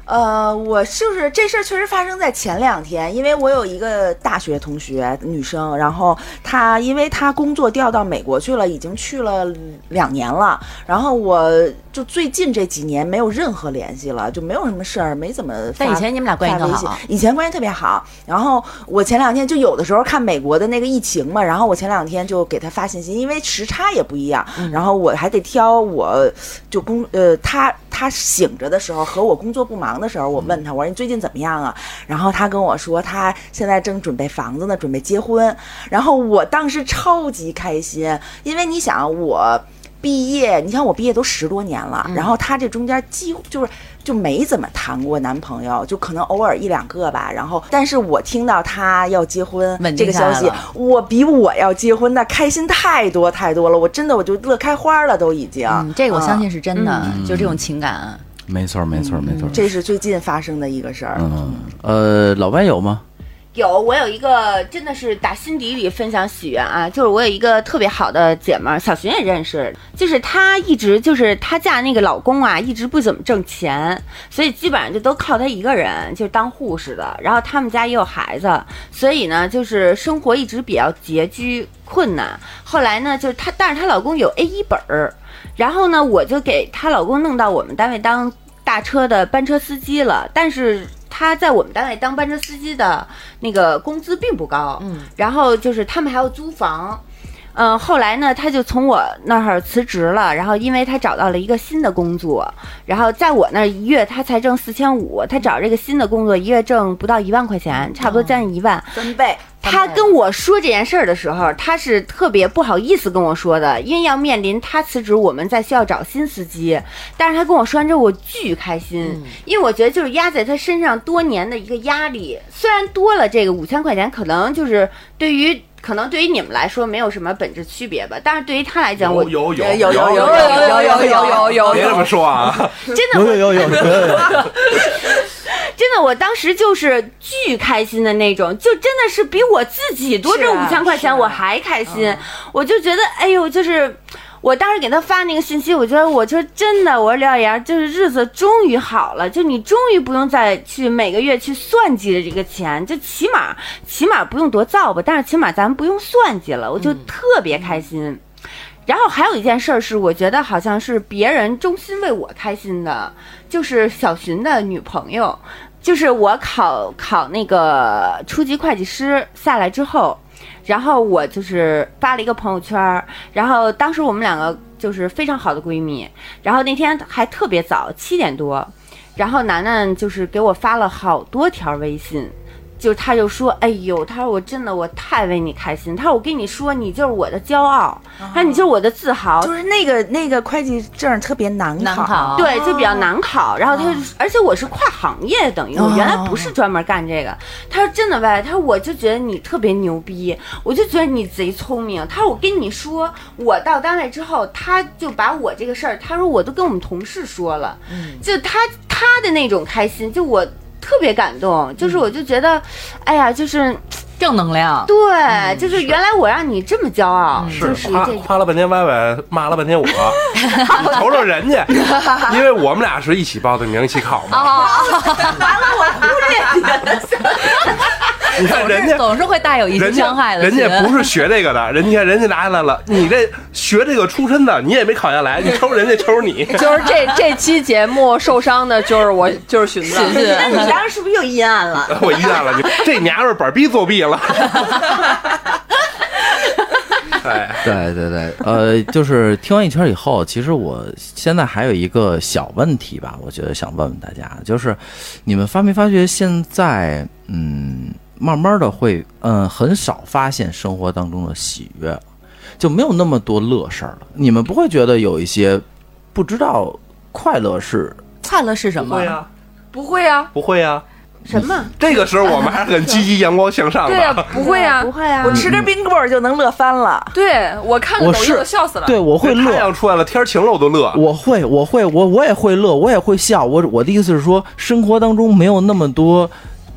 呃，我就是这事儿确实发生在前两天，因为我有一个大学同学，女生，然后她因为她工作调到美国去了，已经去了两年了，然后我就最近这几年没有任何联系了，就没有什么事儿，没怎么发。
但以前你们俩关系
发
更
微信
好，啊
以前关系特别好。然后我前两天就有的时候看美国的那个疫情嘛，然后我前两天就给他发信息，因为时差也不一样，
嗯
然后我还得挑我就工呃他他醒着的时候和我工作不忙的时候，我问他我说你最近怎么样啊？然后他跟我说他现在正准备房子呢，准备结婚。然后我当时超级开心，因为你想啊我。毕业，你看我毕业都十多年
嗯
了，然后她这中间几乎就是就没怎么谈过男朋友，就可能偶尔一两个吧。然后，但是我听到她要结婚
稳定
这个消
下
息
来了，
我比我要结婚那开心太多太多了，我真的我就乐开花了，都已经。
嗯，这个我相信
嗯
是真的，就这种情感。
没错没错没错，
这是最近发生的一个事儿。
嗯呃，老外有吗？
有，我有一个真的是打心底里分享喜悦啊，就是我有一个特别好的姐们儿，小寻也认识，就是她一直就是她嫁那个老公啊，一直不怎么挣钱，所以基本上就都靠她一个人，就是当护士的。然后他们家也有孩子，所以呢，就是生活一直比较拮据困难。后来呢，就是她，但是她老公有 A 一本儿，然后呢，我就给她老公弄到我们单位当大车的班车司机了，但是她在我们单位当班车司机的那个工资并不高，嗯，然后就是他们还要租房。嗯，后来呢，他就从我那儿辞职了，然后因为他找到了一个新的工作，然后在我那儿一月他才挣四千五，他找这个新的工作一月挣不到一万块
哦
钱，差不多将近一万。
翻倍，
他跟我说这件事儿的时候，他是特别不好意思跟我说的，因为要面临他辞职，我们在需要找新司机。但是他跟我说完之后，我巨开心，
嗯
因为我觉得就是压在他身上多年的一个压力，虽然多了这个五千块钱，可能就是对于可能对于你们来说没有什么本质区别吧，但是对于他来讲，我
有有
有有有
有有有有有
别这么
有，
说啊！
真的
有有有有有有，
真的，我当时就是巨开心的那种，就真的是比我自己多挣
是
五
啊
千块钱
是啊
我还开心，我就觉得，哎呦，就是。我当时给他发那个信息，我觉得我就是真的，我说刘小岩，就是日子终于好了，就你终于不用再去每个月去算计这个钱，就起码起码不用多造吧，但是起码咱们不用算计了，我就
嗯
特别开心。然后还有一件事儿是，我觉得好像是别人衷心为我开心的，就是小寻的女朋友，就是我考考那个初级会计师下来之后，然后我就是发了一个朋友圈儿，然后当时我们两个就是非常好的闺蜜，然后那天还特别早，七点多，然后楠楠就是给我发了好多条微信，就是她就说，哎呦，她说我真的我太为你开心，她说我跟你说，你就是我的骄傲，她说你就是我的自豪，
就是那个那个会计证特别难
难
啊
考，
对，就比较难考。然后他就，而且我是跨行业，等于我原来不是
啊
专门干这个。他说真的呗，他说我就觉得你特别牛逼，我就觉得你贼聪明。他说我跟你说，我到单位之后，他就把我这个事儿，他说我都跟我们同事说了，
嗯
就他他的那种开心，就我特别感动，就是我就觉得，哎呀，就是
正能量。
嗯
对，就是原来我让你这么骄傲，
是
就是
夸
这
夸了半天歪歪，骂了半天我，你瞅瞅人家，因为我们俩是一起报的名，一起考嘛。完了，我忽略你了。你看人家
总是会带有一些
人
伤害
家
的
人家
觉得
不是学这个的，人家人家拿下来了，你这学这个出身的，你也没考下来，你抽人家抽你，
就是这这期节目受伤的就是我，就是寻子。
寻思
那你当时是不是又阴暗了？
我一样了，你这娘们儿板逼作弊了。哎，
对对对，呃，就是听完一圈以后，其实我现在还有一个小问题吧，我觉得想问问大家，就是你们发没发觉现在，嗯，慢慢的会，嗯，很少发现生活当中的喜悦了，就没有那么多乐事儿了。你们不会觉得有一些不知道快乐是
快乐是什么？
呀，
不会啊，
不会呀，
什么？
这个时候我们还是很积极、阳光向上
对呀、
的。
不会啊
不，会啊，
我吃根冰棍儿就能乐翻了。
对我看着
我
抖音
是
我笑死了。
对我会
太
乐，
阳出来了，天儿晴了我都乐。
我会，我会，我我也会乐，我也会笑。我我的意思是说，生活当中没有那么多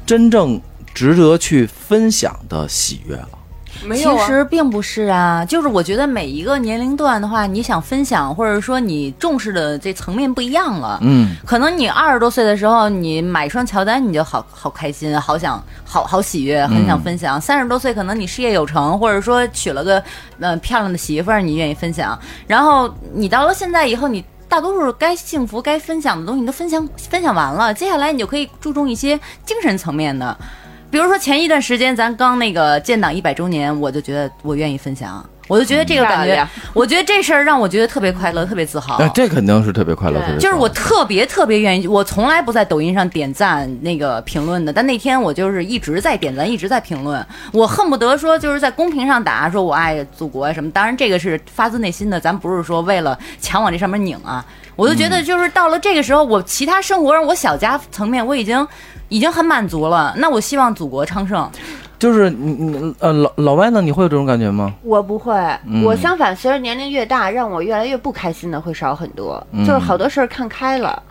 真正值得去分享的喜悦了。
没有
其
啊，
实并不是啊，就是我觉得每一个年龄段的话，你想分享或者说你重视的这层面不一样了。
嗯，
可能你二十多岁的时候，你买一双乔丹，你就好好开心，好想好好喜悦，很想分享。三十、多岁，可能你事业有成，或者说娶了个呃漂亮的媳妇儿，你愿意分享。然后你到了现在以后，你大多数该幸福、该分享的东西你都分享分享完了，接下来你就可以注重一些精神层面的。比如说前一段时间咱刚那个建党一百周年，我就觉得我愿意分享，我就觉得这个感
嗯漂
觉
亮，
我觉得这事儿让我觉得特别快乐，特别自豪。
那、这肯定是特别快乐，
对
特别
就是
快乐
我特别特别愿意，我从来不在抖音上点赞那个评论的，但那天我就是一直在点赞，一直在评论，我恨不得说就是在公屏上打说我爱祖国什么，当然这个是发自内心的，咱不是说为了强往这上面拧啊，我就觉
嗯
得就是到了这个时候，我其他生活上我小家层面我已经已经很满足了，那我希望祖国昌盛，
就是你你呃老老外呢，你会有这种感觉吗？
我不会，
嗯
我相反，随着年龄越大，让我越来越不开心的会少很多，
嗯
就是好多事儿看开了。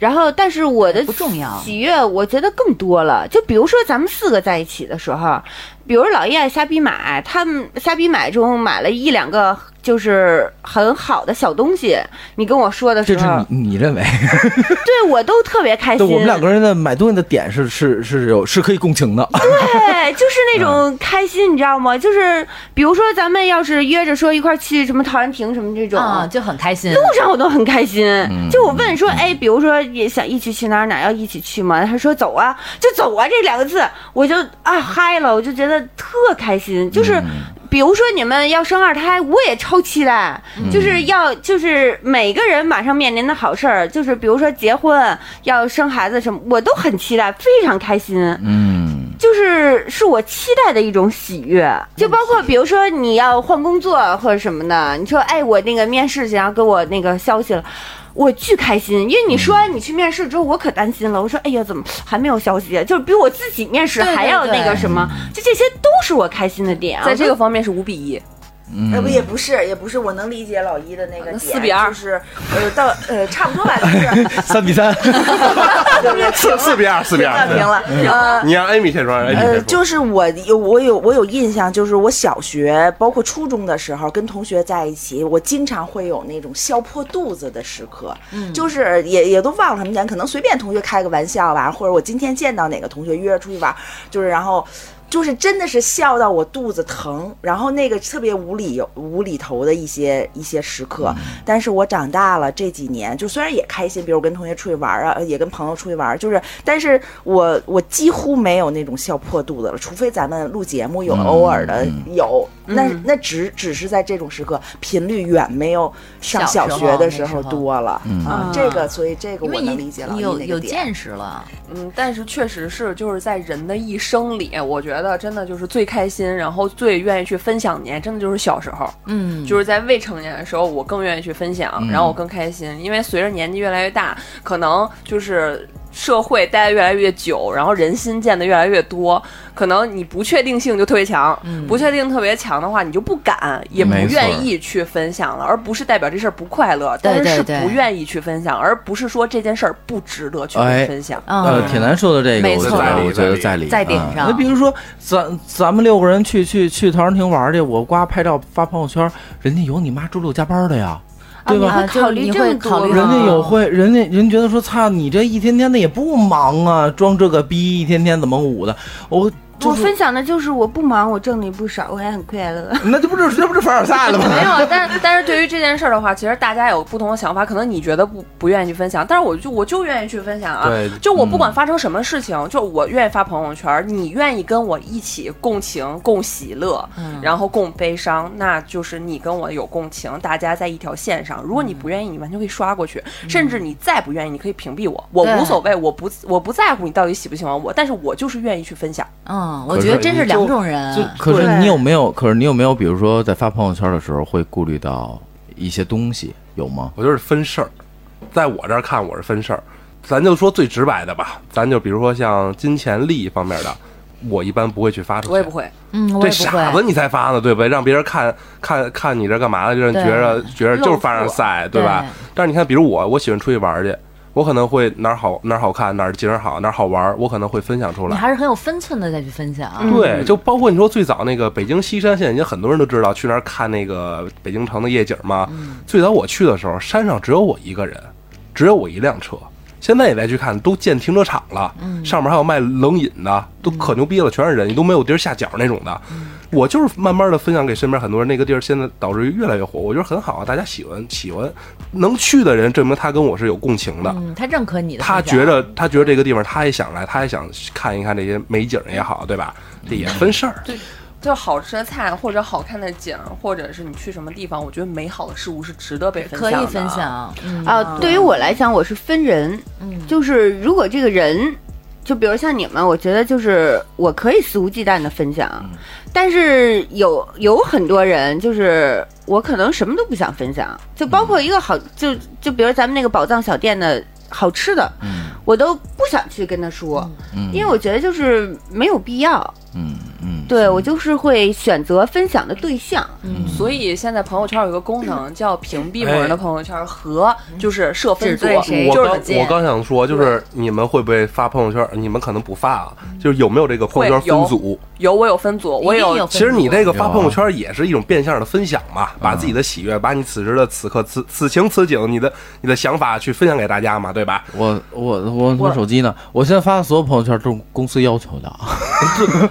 然后，但是我的
不重要
喜悦，我觉得更多了。就比如说咱们四个在一起的时候，比如老叶爱瞎逼买，他们瞎逼买中买了一两个就是很好的小东西，你跟我说的时
这是
候，
你你认为？
对我都特别开
对
心。
我们两个人的买东西的点是是是有是可以共情的。
对，就是那
嗯
种开心，你知道吗？就是比如说咱们要是约着说一块儿去什么陶然亭什么这种，
啊、就很开心。
路上我都很开心。就我问说，哎，比如说也想一起去哪儿哪儿，要一起去吗？他说走
嗯
啊，就走啊这两个字，我就啊嗨了，我就觉得特开心。就是，比如说你们要生二胎，我也超期待，就是要就是每个人马上面临的好事儿，就是比如说结婚、要生孩子什么，我都很期待，非常开心。
嗯，
就是是我期待的一种喜悦，就包括比如说你要换工作或者什么的，你说哎，我那个面试想要给我那个消息了。我巨开心，因为你说你去面试之后，我可担心了。我说，哎呀，怎么还没有消息啊？就是比我自己面试
对对
还要
对
那个什么，就这些都是我开心的点啊。
在这个方面是五比一，
呃，不也不是，也不是，我能理解老一的那个点，
四比二
就是呃，到呃差不多吧，就是
三比三，
对对对
四四比二，四比
那
二，
平了，呃。
你让艾米先说，艾米先
呃，
说。
就是我有我有我有印象，就是我小学包括初中的时候，跟同学在一起，我经常会有那种笑破肚子的时刻，就是也也都忘了什么年，可能随便同学开个玩笑吧，或者我今天见到哪个同学约着出去玩，就是然后。就是真的是笑到我肚子疼，然后那个特别无理由、无厘头的一些一些时刻。但是我长大了这几年，就虽然也开心，比如跟同学出去玩啊，也跟朋友出去玩，就是，但是我我几乎没有那种笑破肚子了，除非咱们录节目有偶尔的有，那
嗯
那只只是在这种时刻，频率远没有上
小
小
时候
学的
那
时
时
候
候
多了啊。这个，所以这个
因
我
为
能理解了
你
你
有
那个
有
点
见识了，
嗯，但是确实是，就是在人的一生里，我觉得真的就是最开心，然后最愿意去分享年，真的就是小时候，
嗯，
就是在未成年的时候，我更愿意去分享，然后我更开心，因为随着年纪越来越大，可能就是社会待得越来越久，然后人心见得越来越多，可能你不确定性就特别强，不确定特别强的话，你就不敢，也不
没错
愿意去分享了，而不是代表这事儿不快乐，但是
对
是
对
不愿意去分享，而不是说这件事儿不值得去
哎
分享。
呃，
嗯，
铁男说的这个，
没
我觉
错
得我觉得在理，
在顶
嗯
上
那比如说，咱咱们六个人去去去陶然亭玩去，我呱拍照发朋友圈，人家有你妈周六加班的呀，对吧？
啊，就是你会考虑
人家有会，人家人觉得说，操你这一天天的也不忙啊，装这个逼，一天天怎么捂的？我
我
就是
分享的就是我不忙，我挣的也不少，我还很快乐。
那这不是这不是凡尔赛了吗？
没有，啊， 但是但是对于这件事儿的话，其实大家有不同的想法，可能你觉得不不愿意去分享，但是我就我就愿意去分享啊。
对
就我不管发生什么事情，就我愿意发朋友圈，你愿意跟我一起共情、共喜乐，然后共悲伤，那就是你跟我有共情，大家在一条线上。如果你不愿意，你完全可以刷过去，甚至你再不愿意，你可以屏蔽我，我
对
无所谓，我不我不在乎你到底喜不喜欢我，但是我就是愿意去分享。
嗯，我觉得真是两种人
嗯
就，可是
对
你有没有？可是你有没有？比如说在发朋友圈的时候，会顾虑到一些东西，有吗？
我就是分事儿，在我这儿看我是分事儿。咱就说最直白的吧，咱就比如说像金钱利益方面的，我一般不会去发出去。
我也不会，
嗯，我
这
也不
傻子
会，
你才发呢，对不对？让别人看看看你这干嘛的，让人
对
觉着觉着就是凡尔
露富
赛，对吧
对？
但是你看，比如我，我喜欢出去玩儿去，我可能会哪儿好哪儿好看，哪儿景儿好，哪儿好玩儿，我可能会分享出
你
来。
还是很有分寸的再去分享，
对，就包括你说最早那个北京西山，现在已经很多人都知道去那儿看那个北京城的夜景嘛。最早我去的时候，山上只有我一个人，只有我一辆车。现在你再去看，都建停车场了，上面还有卖冷饮的，都可牛逼了，全是人，你都没有地儿下脚那种的。我就是慢慢的分享给身边很多人，那个地儿现在导致于越来越火，我觉得很好啊，大家喜欢喜欢，能去的人证明他跟我是有共情的。
嗯，他认可你的分享，
他觉着他觉着这个地方他也想来，他也想看一看这些美景也好，对吧？这
嗯
也分事儿。
就好吃的菜，或者好看的景，或者是你去什么地方，我觉得美好的事物是值得被分
可
享
以
的
分。享，嗯
啊，对于我来讲，我是分人，
嗯
就是如果这个人，就比如像你们，我觉得就是我可以肆无忌惮的分享，但是有有很多人，就是我可能什么都不想分享，就包括一个好，就就比如咱们那个宝藏小店的好吃的，
嗯
我都不想去跟他说，
嗯，
因为我觉得就是没有必要。
嗯嗯，
对我就是会选择分享的对象，
所以现在朋友圈有一个功能叫屏蔽某人的朋友圈和
嗯
就是设分组
只，对谁
我
就
刚
是
见
我刚想说，就是你们会不会发朋友圈？你们可能不发啊，
嗯
就是有没有这个朋友圈分组？
有我有分组，我
一定
有
有
其实你这个发朋友圈也是一种变相的分享嘛，把自己的喜悦，把你此时的此刻此此情此景，你的你的想法去分享给大家嘛，对吧？
我我我我手机呢？我现在发的所有朋友圈都是公司要求的啊。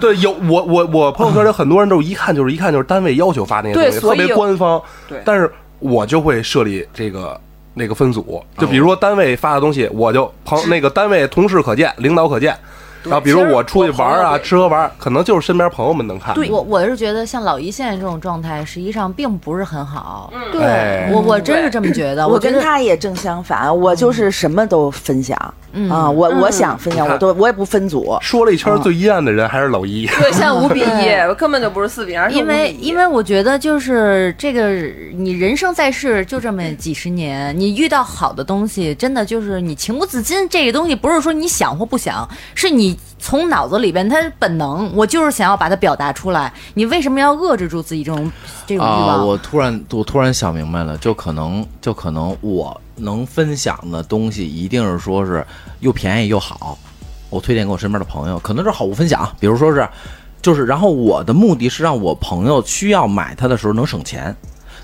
对对，有我我我朋友圈有很多人都一看就是一看就是单位要求发那些
对
东西，特
所以
别
有
官方。
对
但是我就会设立这个那个分组，就比如说单位发的东西，我就朋那个单位同事可见，领导可见。然后比如
其实
我出去玩儿
我
啊，
朋友
吃喝玩儿，可能就是身边朋友们能看。
我我是觉得像老一现在这种状态，实际上并不是很好。
哎
我啊我真是这么觉得。
我
觉
跟
得，
他也正相反，我就是什么都分享
嗯
啊，我我想分享，我都我也不分组。
说了一圈最阴暗的人还是老一，
对，现在 五比一，根本就不是四比二，
因为因
为
为我觉得就是这个，你人生在世就这么几十年，你遇到好的东西，真的就是你情不自禁。这个东西不是说你想或不想，是你从脑子里边它本能，我就是想要把它表达出来。你为什么要遏制住自己这种这种欲
啊、
望？
我突然我突然想明白了，就可能就可能我能分享的东西，一定是说是又便宜又好，我推荐给我身边的朋友，可能是好物分享，比如说是就是，然后我的目的是让我朋友需要买它的时候能省钱。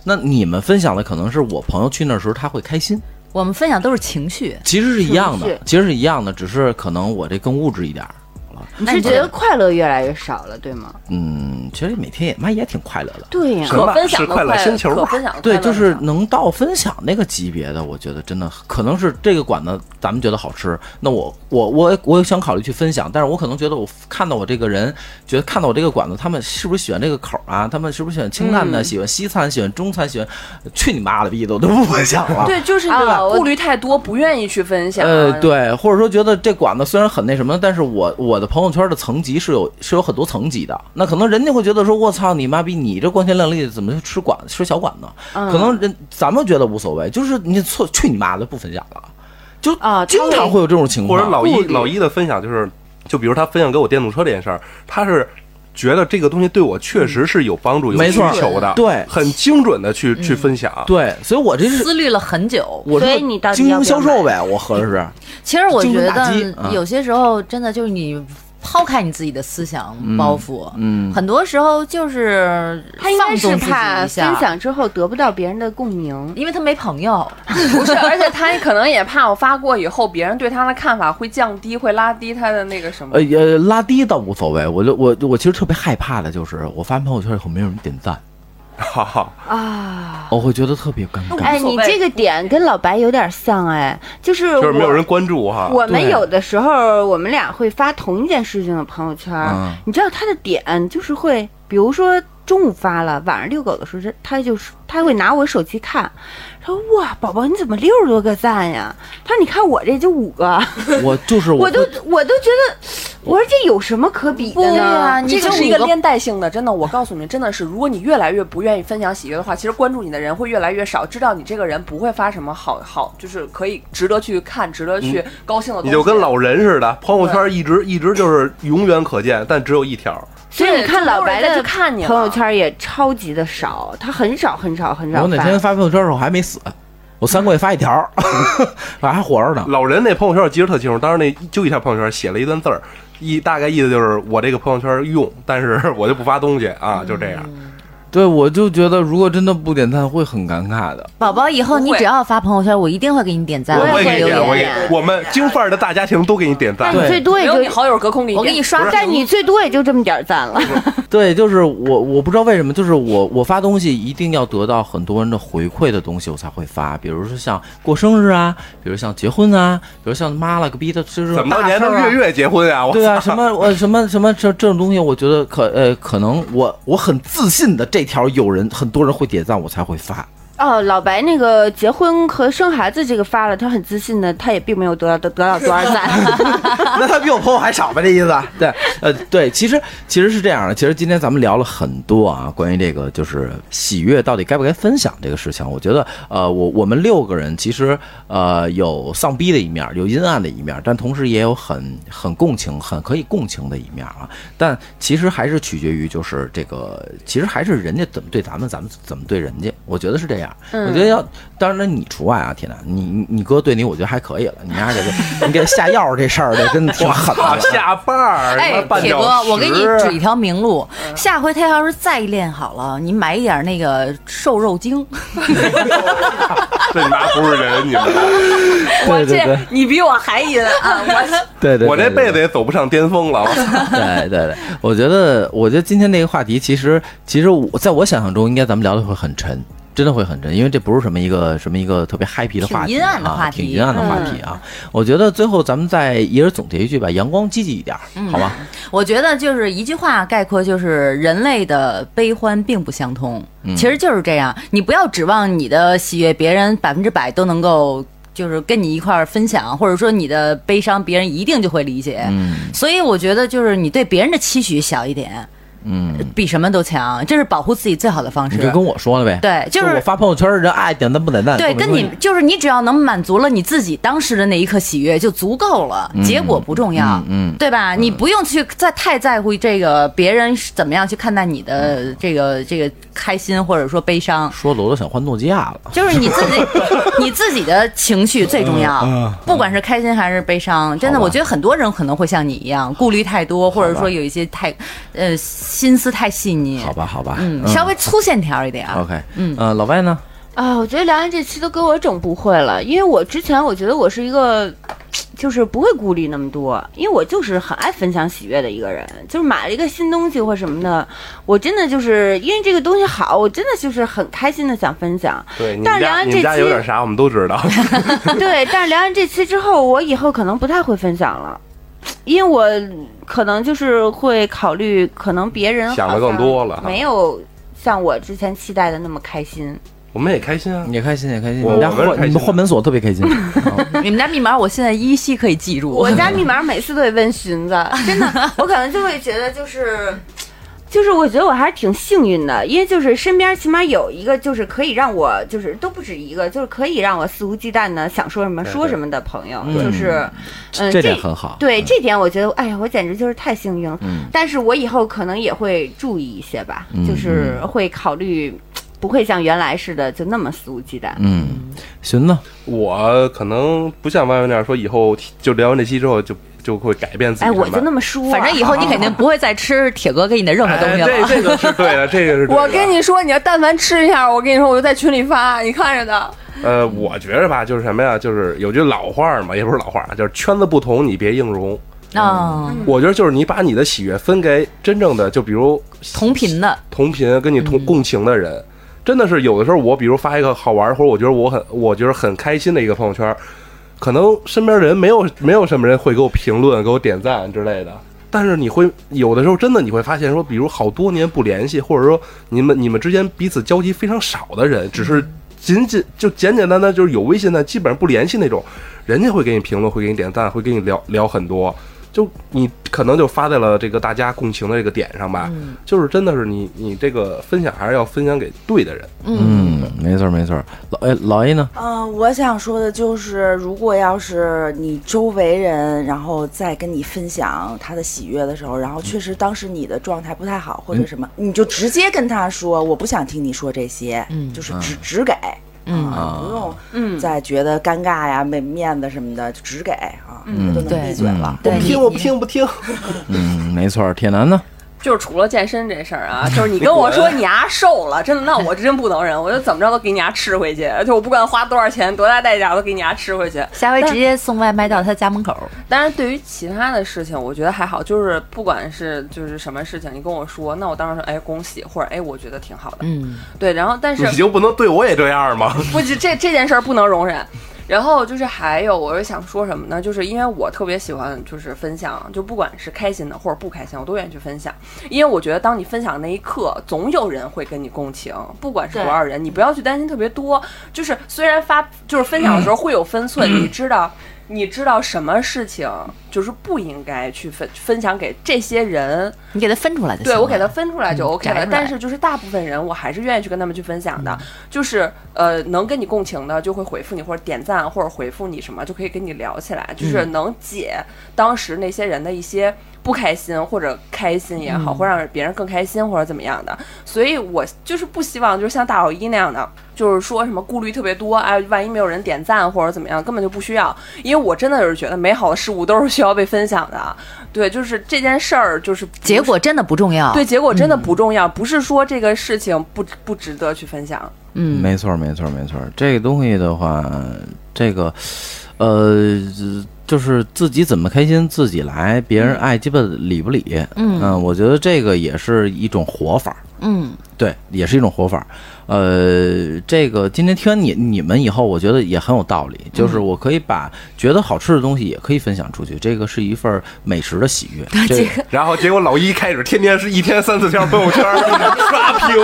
那你们分享的可能是我朋友去那时候他会开心，
我们分享都是情绪，
其实是一样
是
的，其实是一样的，只是可能我这更物质一点儿。
你是觉得快乐越来越少了，对吗？
嗯，其实每天也妈也挺快乐的。
对呀、
可分
是
享的
快乐星球
可
吧
分享的
对，
快乐
就是
少
能到分享那个级别的，我觉得真的可能是这个馆子咱们觉得好吃，那我我我我也想考虑去分享，但是我可能觉得我看到我这个人，觉得看到我这个馆子，他们是不是喜欢这个口儿啊？他们是不是喜欢清
嗯
淡的，喜欢西餐，喜欢中餐，喜欢？去你妈了逼的，我都不分享了。
对，就是
啊
你
我
顾虑太多，不愿意去分享。
啊
呃，，对，或者说觉得这馆子虽然很那什么，但是我我的朋友圈的层级是有是有很多层级的。那可能人家会觉得说，我操你妈逼，你这光鲜亮丽，怎么就吃馆吃小馆子？可
嗯
能人咱们觉得无所谓，就是你错去你妈的，不分享了，就
啊
经
他
常
会
会有这种情
或
况。
者老
顾
一
虑
老一的分享就是，就比如他分享给我电动车这件事儿，他是觉得这个东西对我确实是有帮助、有
没
需
错
求的，
对嗯
很精准的去去分享。
对，所以我这是
思虑了很久。
我
所
是
以你到底
精
要
英
不要
销售呗，我合着是。
其实我
精
觉
神打击
得
啊
有些时候真的就是你抛开你自己的思想包袱，
嗯嗯
很多时候就是
他应该
放纵
是
自己
怕
一下
分，享之后得不到别人的共鸣。
因为他没朋友，
不是，而且他可能也怕我发过以后，别人对他的看法会降低，会拉低他的那个什么
呃。呃，拉低倒无所谓，我就我我其实特别害怕的就是，我发朋友圈以后没有人点赞，
哈哈，
啊
我会觉得特别尴尬。
哎，
无所
你
谓
这个点跟老白有点像哎，就是
就是没有
我
人关注哈。
我们
对
有的时候，我们俩会发同一件事情的朋友圈儿，
嗯
你知道他的点就是会，比如说中午发了，晚上遛狗的时候，他他就是他会拿我手机看，说哇，宝宝你怎么六十多个赞呀？他说你看我这就五个，
我就是
我
我
都我都觉得，我说这有什么可比的呢？
这啊个是一个连带性的，真的，我告诉你，真的是，如果你越来越不愿意分享喜悦的话，其实关注你的人会越来越少，知道你这个人不会发什么好好，就是可以值得去看、值得去高兴的东西。
你就跟老人似的，朋友圈一直一直就是永远可见，但只有一条。
所以你
对
看
就
老
没有
白
人再
的
去看你了
朋友圈也超级的少，他很少很少很少
我哪天
发。
发朋友圈的时候还没死，我三个月发一条， 还活着呢。
老人那朋友圈我记得特清楚，当时那就一条朋友圈写了一段字儿，一大概意思就是我这个朋友圈用，但是我就不发东西啊，就这样。
嗯
对，我就觉得如果真的不点赞会很尴尬的。
宝宝以后你
不会
只要发朋友圈，我一定会给你点赞，
我
也
会
会
给你
留
点，我给
言，
你我们京范儿的大家庭都给你点赞
但。
对
你最多
没
也
有
就
你好友隔空给你
我给
点
你刷
但你最多也就这么点儿赞了。
对，就是我，我不知道为什么，就是我，我发东西一定要得到很多人的回馈的东西，我才会发。比如说像过生日啊，比如像结婚啊，比如像妈了个逼的，就是
怎么
大
当年
事
都
儿啊
月月结婚啊？我
对啊，什 么我什么什么这这种东西，我觉得可呃，可能我我很自信的这条有人很多人会点赞，我才会发。
哦，老白那个结婚和生孩子这个发了，他很自信的，他也并没有得到得到多少赞。
那他比我朋友还少吧？这意思？对，呃，对，其实其实是这样的。其实今天咱们聊了很多啊，关于这个就是喜悦到底该不该分享这个事情。我觉得，呃，我我们六个人其实呃有丧逼的一面，有阴暗的一面，但同时也有很很共情、很可以共情的一面啊。但其实还是取决于就是这个，其实还是人家怎么对咱们，咱们怎么对人家。我觉得是这样。
嗯
我觉得要，当然了你除外啊，铁男，你你你哥对你，我觉得还可以了。你丫给他你给他下药这事儿，这真的挺狠
操，
的。
啊下班儿，
哎
他妈，半
铁
小
哥，我给你指一
时。
条明路，下回他要是再练好了，你买一点那个瘦肉精，
啊这你妈不是人，你们！
我
对对
这
对
你比我还阴啊！ 我
对对，
我这辈
子
子也走不上巅峰了。我操
对对对，我觉得我觉得今天这个话题其实其实我在我想象中应该咱们聊的会很沉。
真的会很真，因为这不是什么一个什么一个特别 happy 的话题
挺阴暗的
啊，
话题
挺阴暗的话题啊。
嗯
我觉得最后咱们再一人总结一句吧，阳光积极一点，
嗯
好吧？
我觉得就是一句话概括，就是人类的悲欢并不相通，
嗯
其实就是这样。你不要指望你的喜悦别人百分之百都能够。就是跟你一块儿分享，或者说你的悲伤，别人一定就会理解。
嗯
所以我觉得，就是你对别人的期许小一点，
嗯，
比什么都强，这是保护自己最好的方
你就
式。
跟我说了呗。
对就是
我发朋友圈，人爱点赞不点赞，
对，
都没
跟
关系
你就是你只要能满足了你自己当时的那一刻喜悦就足够了，结果不重要，
嗯嗯嗯
对吧？你不用去再太在乎这个别人是怎么样去看待你的这个这个开心或者说悲伤，
说的我都想换诺基亚了。
就是你自己 你自己的情绪最重要，
嗯
不管是开心还是悲伤，真的，我觉得很多人可能会像你一样顾虑太多，或者说有一些太呃心思太细腻，
好吧，好吧，
嗯，稍微粗线条一点啊。
OK，嗯，呃，老外呢？
啊，我觉得聊完这期都给我整不会了，因为我之前我觉得我是一个，就是不会顾虑那么多，因为我就是很爱分享喜悦的一个人，就是买了一个新东西或什么的，我真的就是因为这个东西好，我真的就是很开心的想分享。
对，你
但是
们
聊
家
完
你
这
们家有点
期，
啥，我们都知道。
对，但是聊完这期之后，我以后可能不太会分享了，因为我可能就是会考虑，可能别人
想得
好
更
像
多了哈
没有像我之前期待的那么开 心。
我们也开心啊，
也开心，也开心。
我
你们家
我们是开
换
心
你们换门锁特别开心，
嗯你们家密码我现在依稀可以 记住。
我家密码每次都得问寻 子，真的，我可能就会觉得就是。 就是我觉得我还是挺幸运的，因为就是身边起码有一个就是可以让我就是都不止一个，就是可以让我肆无忌惮的想说什么
对
说
对
什么的朋友，
对
就是，
呃
嗯，
这点很好。
对这点我觉得，哎呀，我简直就是太幸运了。
嗯
但是我以后可能也会注意一些吧，就是
嗯
会考虑，不会像原来似的就那么肆无忌惮。
嗯，寻呢？
我可能不像外面那样说，以后就聊完这期之后就就会改变自己
哎，
看法。
我就那么说啊，
反正以后你肯定不会再吃铁哥给你的任何东
哎，
西了。
这这个是对的，这个是对的
我跟你说，你要但凡吃一下，我跟你说，我就在群里发，你看着的。
呃，我觉着吧，就是什么呀，就是有句老话儿嘛，也不是老话儿，啊就是圈子不同，你别硬融。
啊，
我觉得就是你把你的喜悦分给真正的，就比如
同频的，
同频跟你同共情的人，真的是有的时候，我比如发一个好玩儿或者我觉得我很我觉得很开心的一个朋友圈儿，可能身边人没有没有什么人会给我评论、给我点赞之类的。但是你会有的时候真的你会发现说，比如好多年不联系，或者说你们你们之间彼此交集非常少的人，只是仅仅就简简单单就是有微信的，基本上不联系那种，人家会给你评论，会给你点赞，会跟你聊聊很多。就你可能就发在了这个大家共情的这个点上吧，就是真的是你你这个分享还是要分享给对的人，
嗯，没错没错。老哎老 A 呢？
嗯、我想说的就是，如果要是你周围人，然后再跟你分享他的喜悦的时候，然后确实当时你的状态不太好或者什么，你就直接跟他说，我不想听你说这些，
嗯
就是只只给，嗯，不用，嗯，再觉得尴尬呀、没面子什么的，就只给啊，嗯，就能
对
闭嘴了。
对，你
听我不听不听，
嗯，没错。铁男呢？
就是除了健身这事儿啊，就是你跟我说你牙瘦了，真的，那我真不能忍，我就怎么着都给你牙吃回去，就我不管花多少钱，多大代价，我都给你牙吃回去。
下回直接送外卖到他家门口。
但是对于其他的事情，我觉得还好，就是不管是就是什么事情，你跟我说，那我当然说哎恭喜，或者哎我觉得挺好的，
嗯，
对。然后但是
你就不能对我也这样吗？
不，这这这件事儿不能容忍。然后就是还有，我是想说什么呢？就是因为我特别喜欢就是分享，就不管是开心的或者不开心，我都愿意去分享，因为我觉得当你分享的那一刻，总有人会跟你共情，不管是多少人，你不要去担心特别多。就是虽然发就是分享的时候会有分寸，你知道。你知道什么事情就是不应该去分分享给这些人，
你给他分出来就行嗯
对
了。
我给它分出来就 OK
摘
了。
出来
但是就是大部分人，我还是愿意去跟他们去分享的，
嗯
就是呃能跟你共情的就会回复你或者点赞或者回复你什么，就可以跟你聊起来，
嗯
就是能解当时那些人的一些。不开心或者开心也好，会
嗯
让别人更开心或者怎么样的，所以我就是不希望就是像大老一那样的，就是说什么顾虑特别多，哎，万一没有人点赞或者怎么样，根本就不需要，因为我真的就是觉得美好的事物都是需要被分享的，啊对，就是这件事儿就是不
结果真的不重
啊
要。
对，，结果真的不重要，不是说这个事情不不值得去分享。
嗯，
没错没错没错。这个东西的话，这个呃，就是自己怎么开心自己来，别人爱鸡巴理不理。
嗯
呃
我觉得这个也是一种活法儿。
嗯，
对，也是一种活法儿。
呃，这个今天听完你你们以后，我觉得也很有道理，就是我可以把觉得好吃的东西也可以分享出去，这个是一份儿美食的喜悦。这个
然后结果老一开始天天是一天三四条朋友圈刷屏，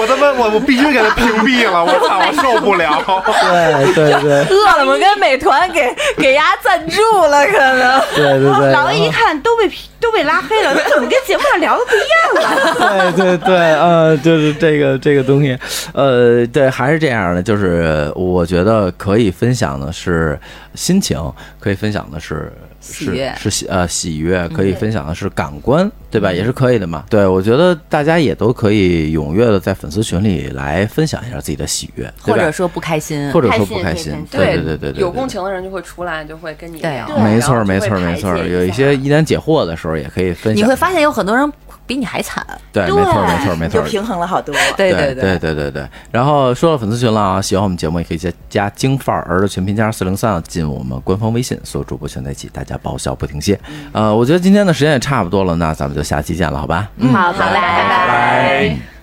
我他妈我我必须给他屏蔽了，我操，我受不了。
对对对
饿了么跟美团给给伢赞助了，可能。
对对对，
老一看都被都被拉黑了，那怎么跟节目上聊的不一样啊了？
对对对，呃，就是这个这个东西，呃，对，还是这样的，就是我觉得可以分享的是心情，可以分享的是
喜
是
悦
是喜呃喜悦，可以分享的是感官，对吧？也是可以的嘛。对，我觉得大家也都可以踊跃的在粉丝群里来分享一下自己的喜悦，对
或
吧
者说不开心，
或者说
开
不
心
开
也可以
心
分，享
对对对对啊对，
有共
对
情的人就会出来，就会跟你
对
聊。
对
没
然后
错儿
就
没
会
错儿没
排
错
解
儿，有一
下
些疑难解惑的时候也可以分享，
你会发现有很多人比你还惨。
对，没错儿没错儿没
你
错
就
儿，
平衡了好多。
对
对
对，
对对对然后说到粉丝群了啊，喜欢我们节目也可以加加京范儿儿的全拼加四零三，啊进我们官方微信，所有主播全在一起，大家爆笑不停歇。呃，我觉得今天的时间也差不多了，那咱们就下期见了，好吧？嗯，
好，好，拜拜。
拜。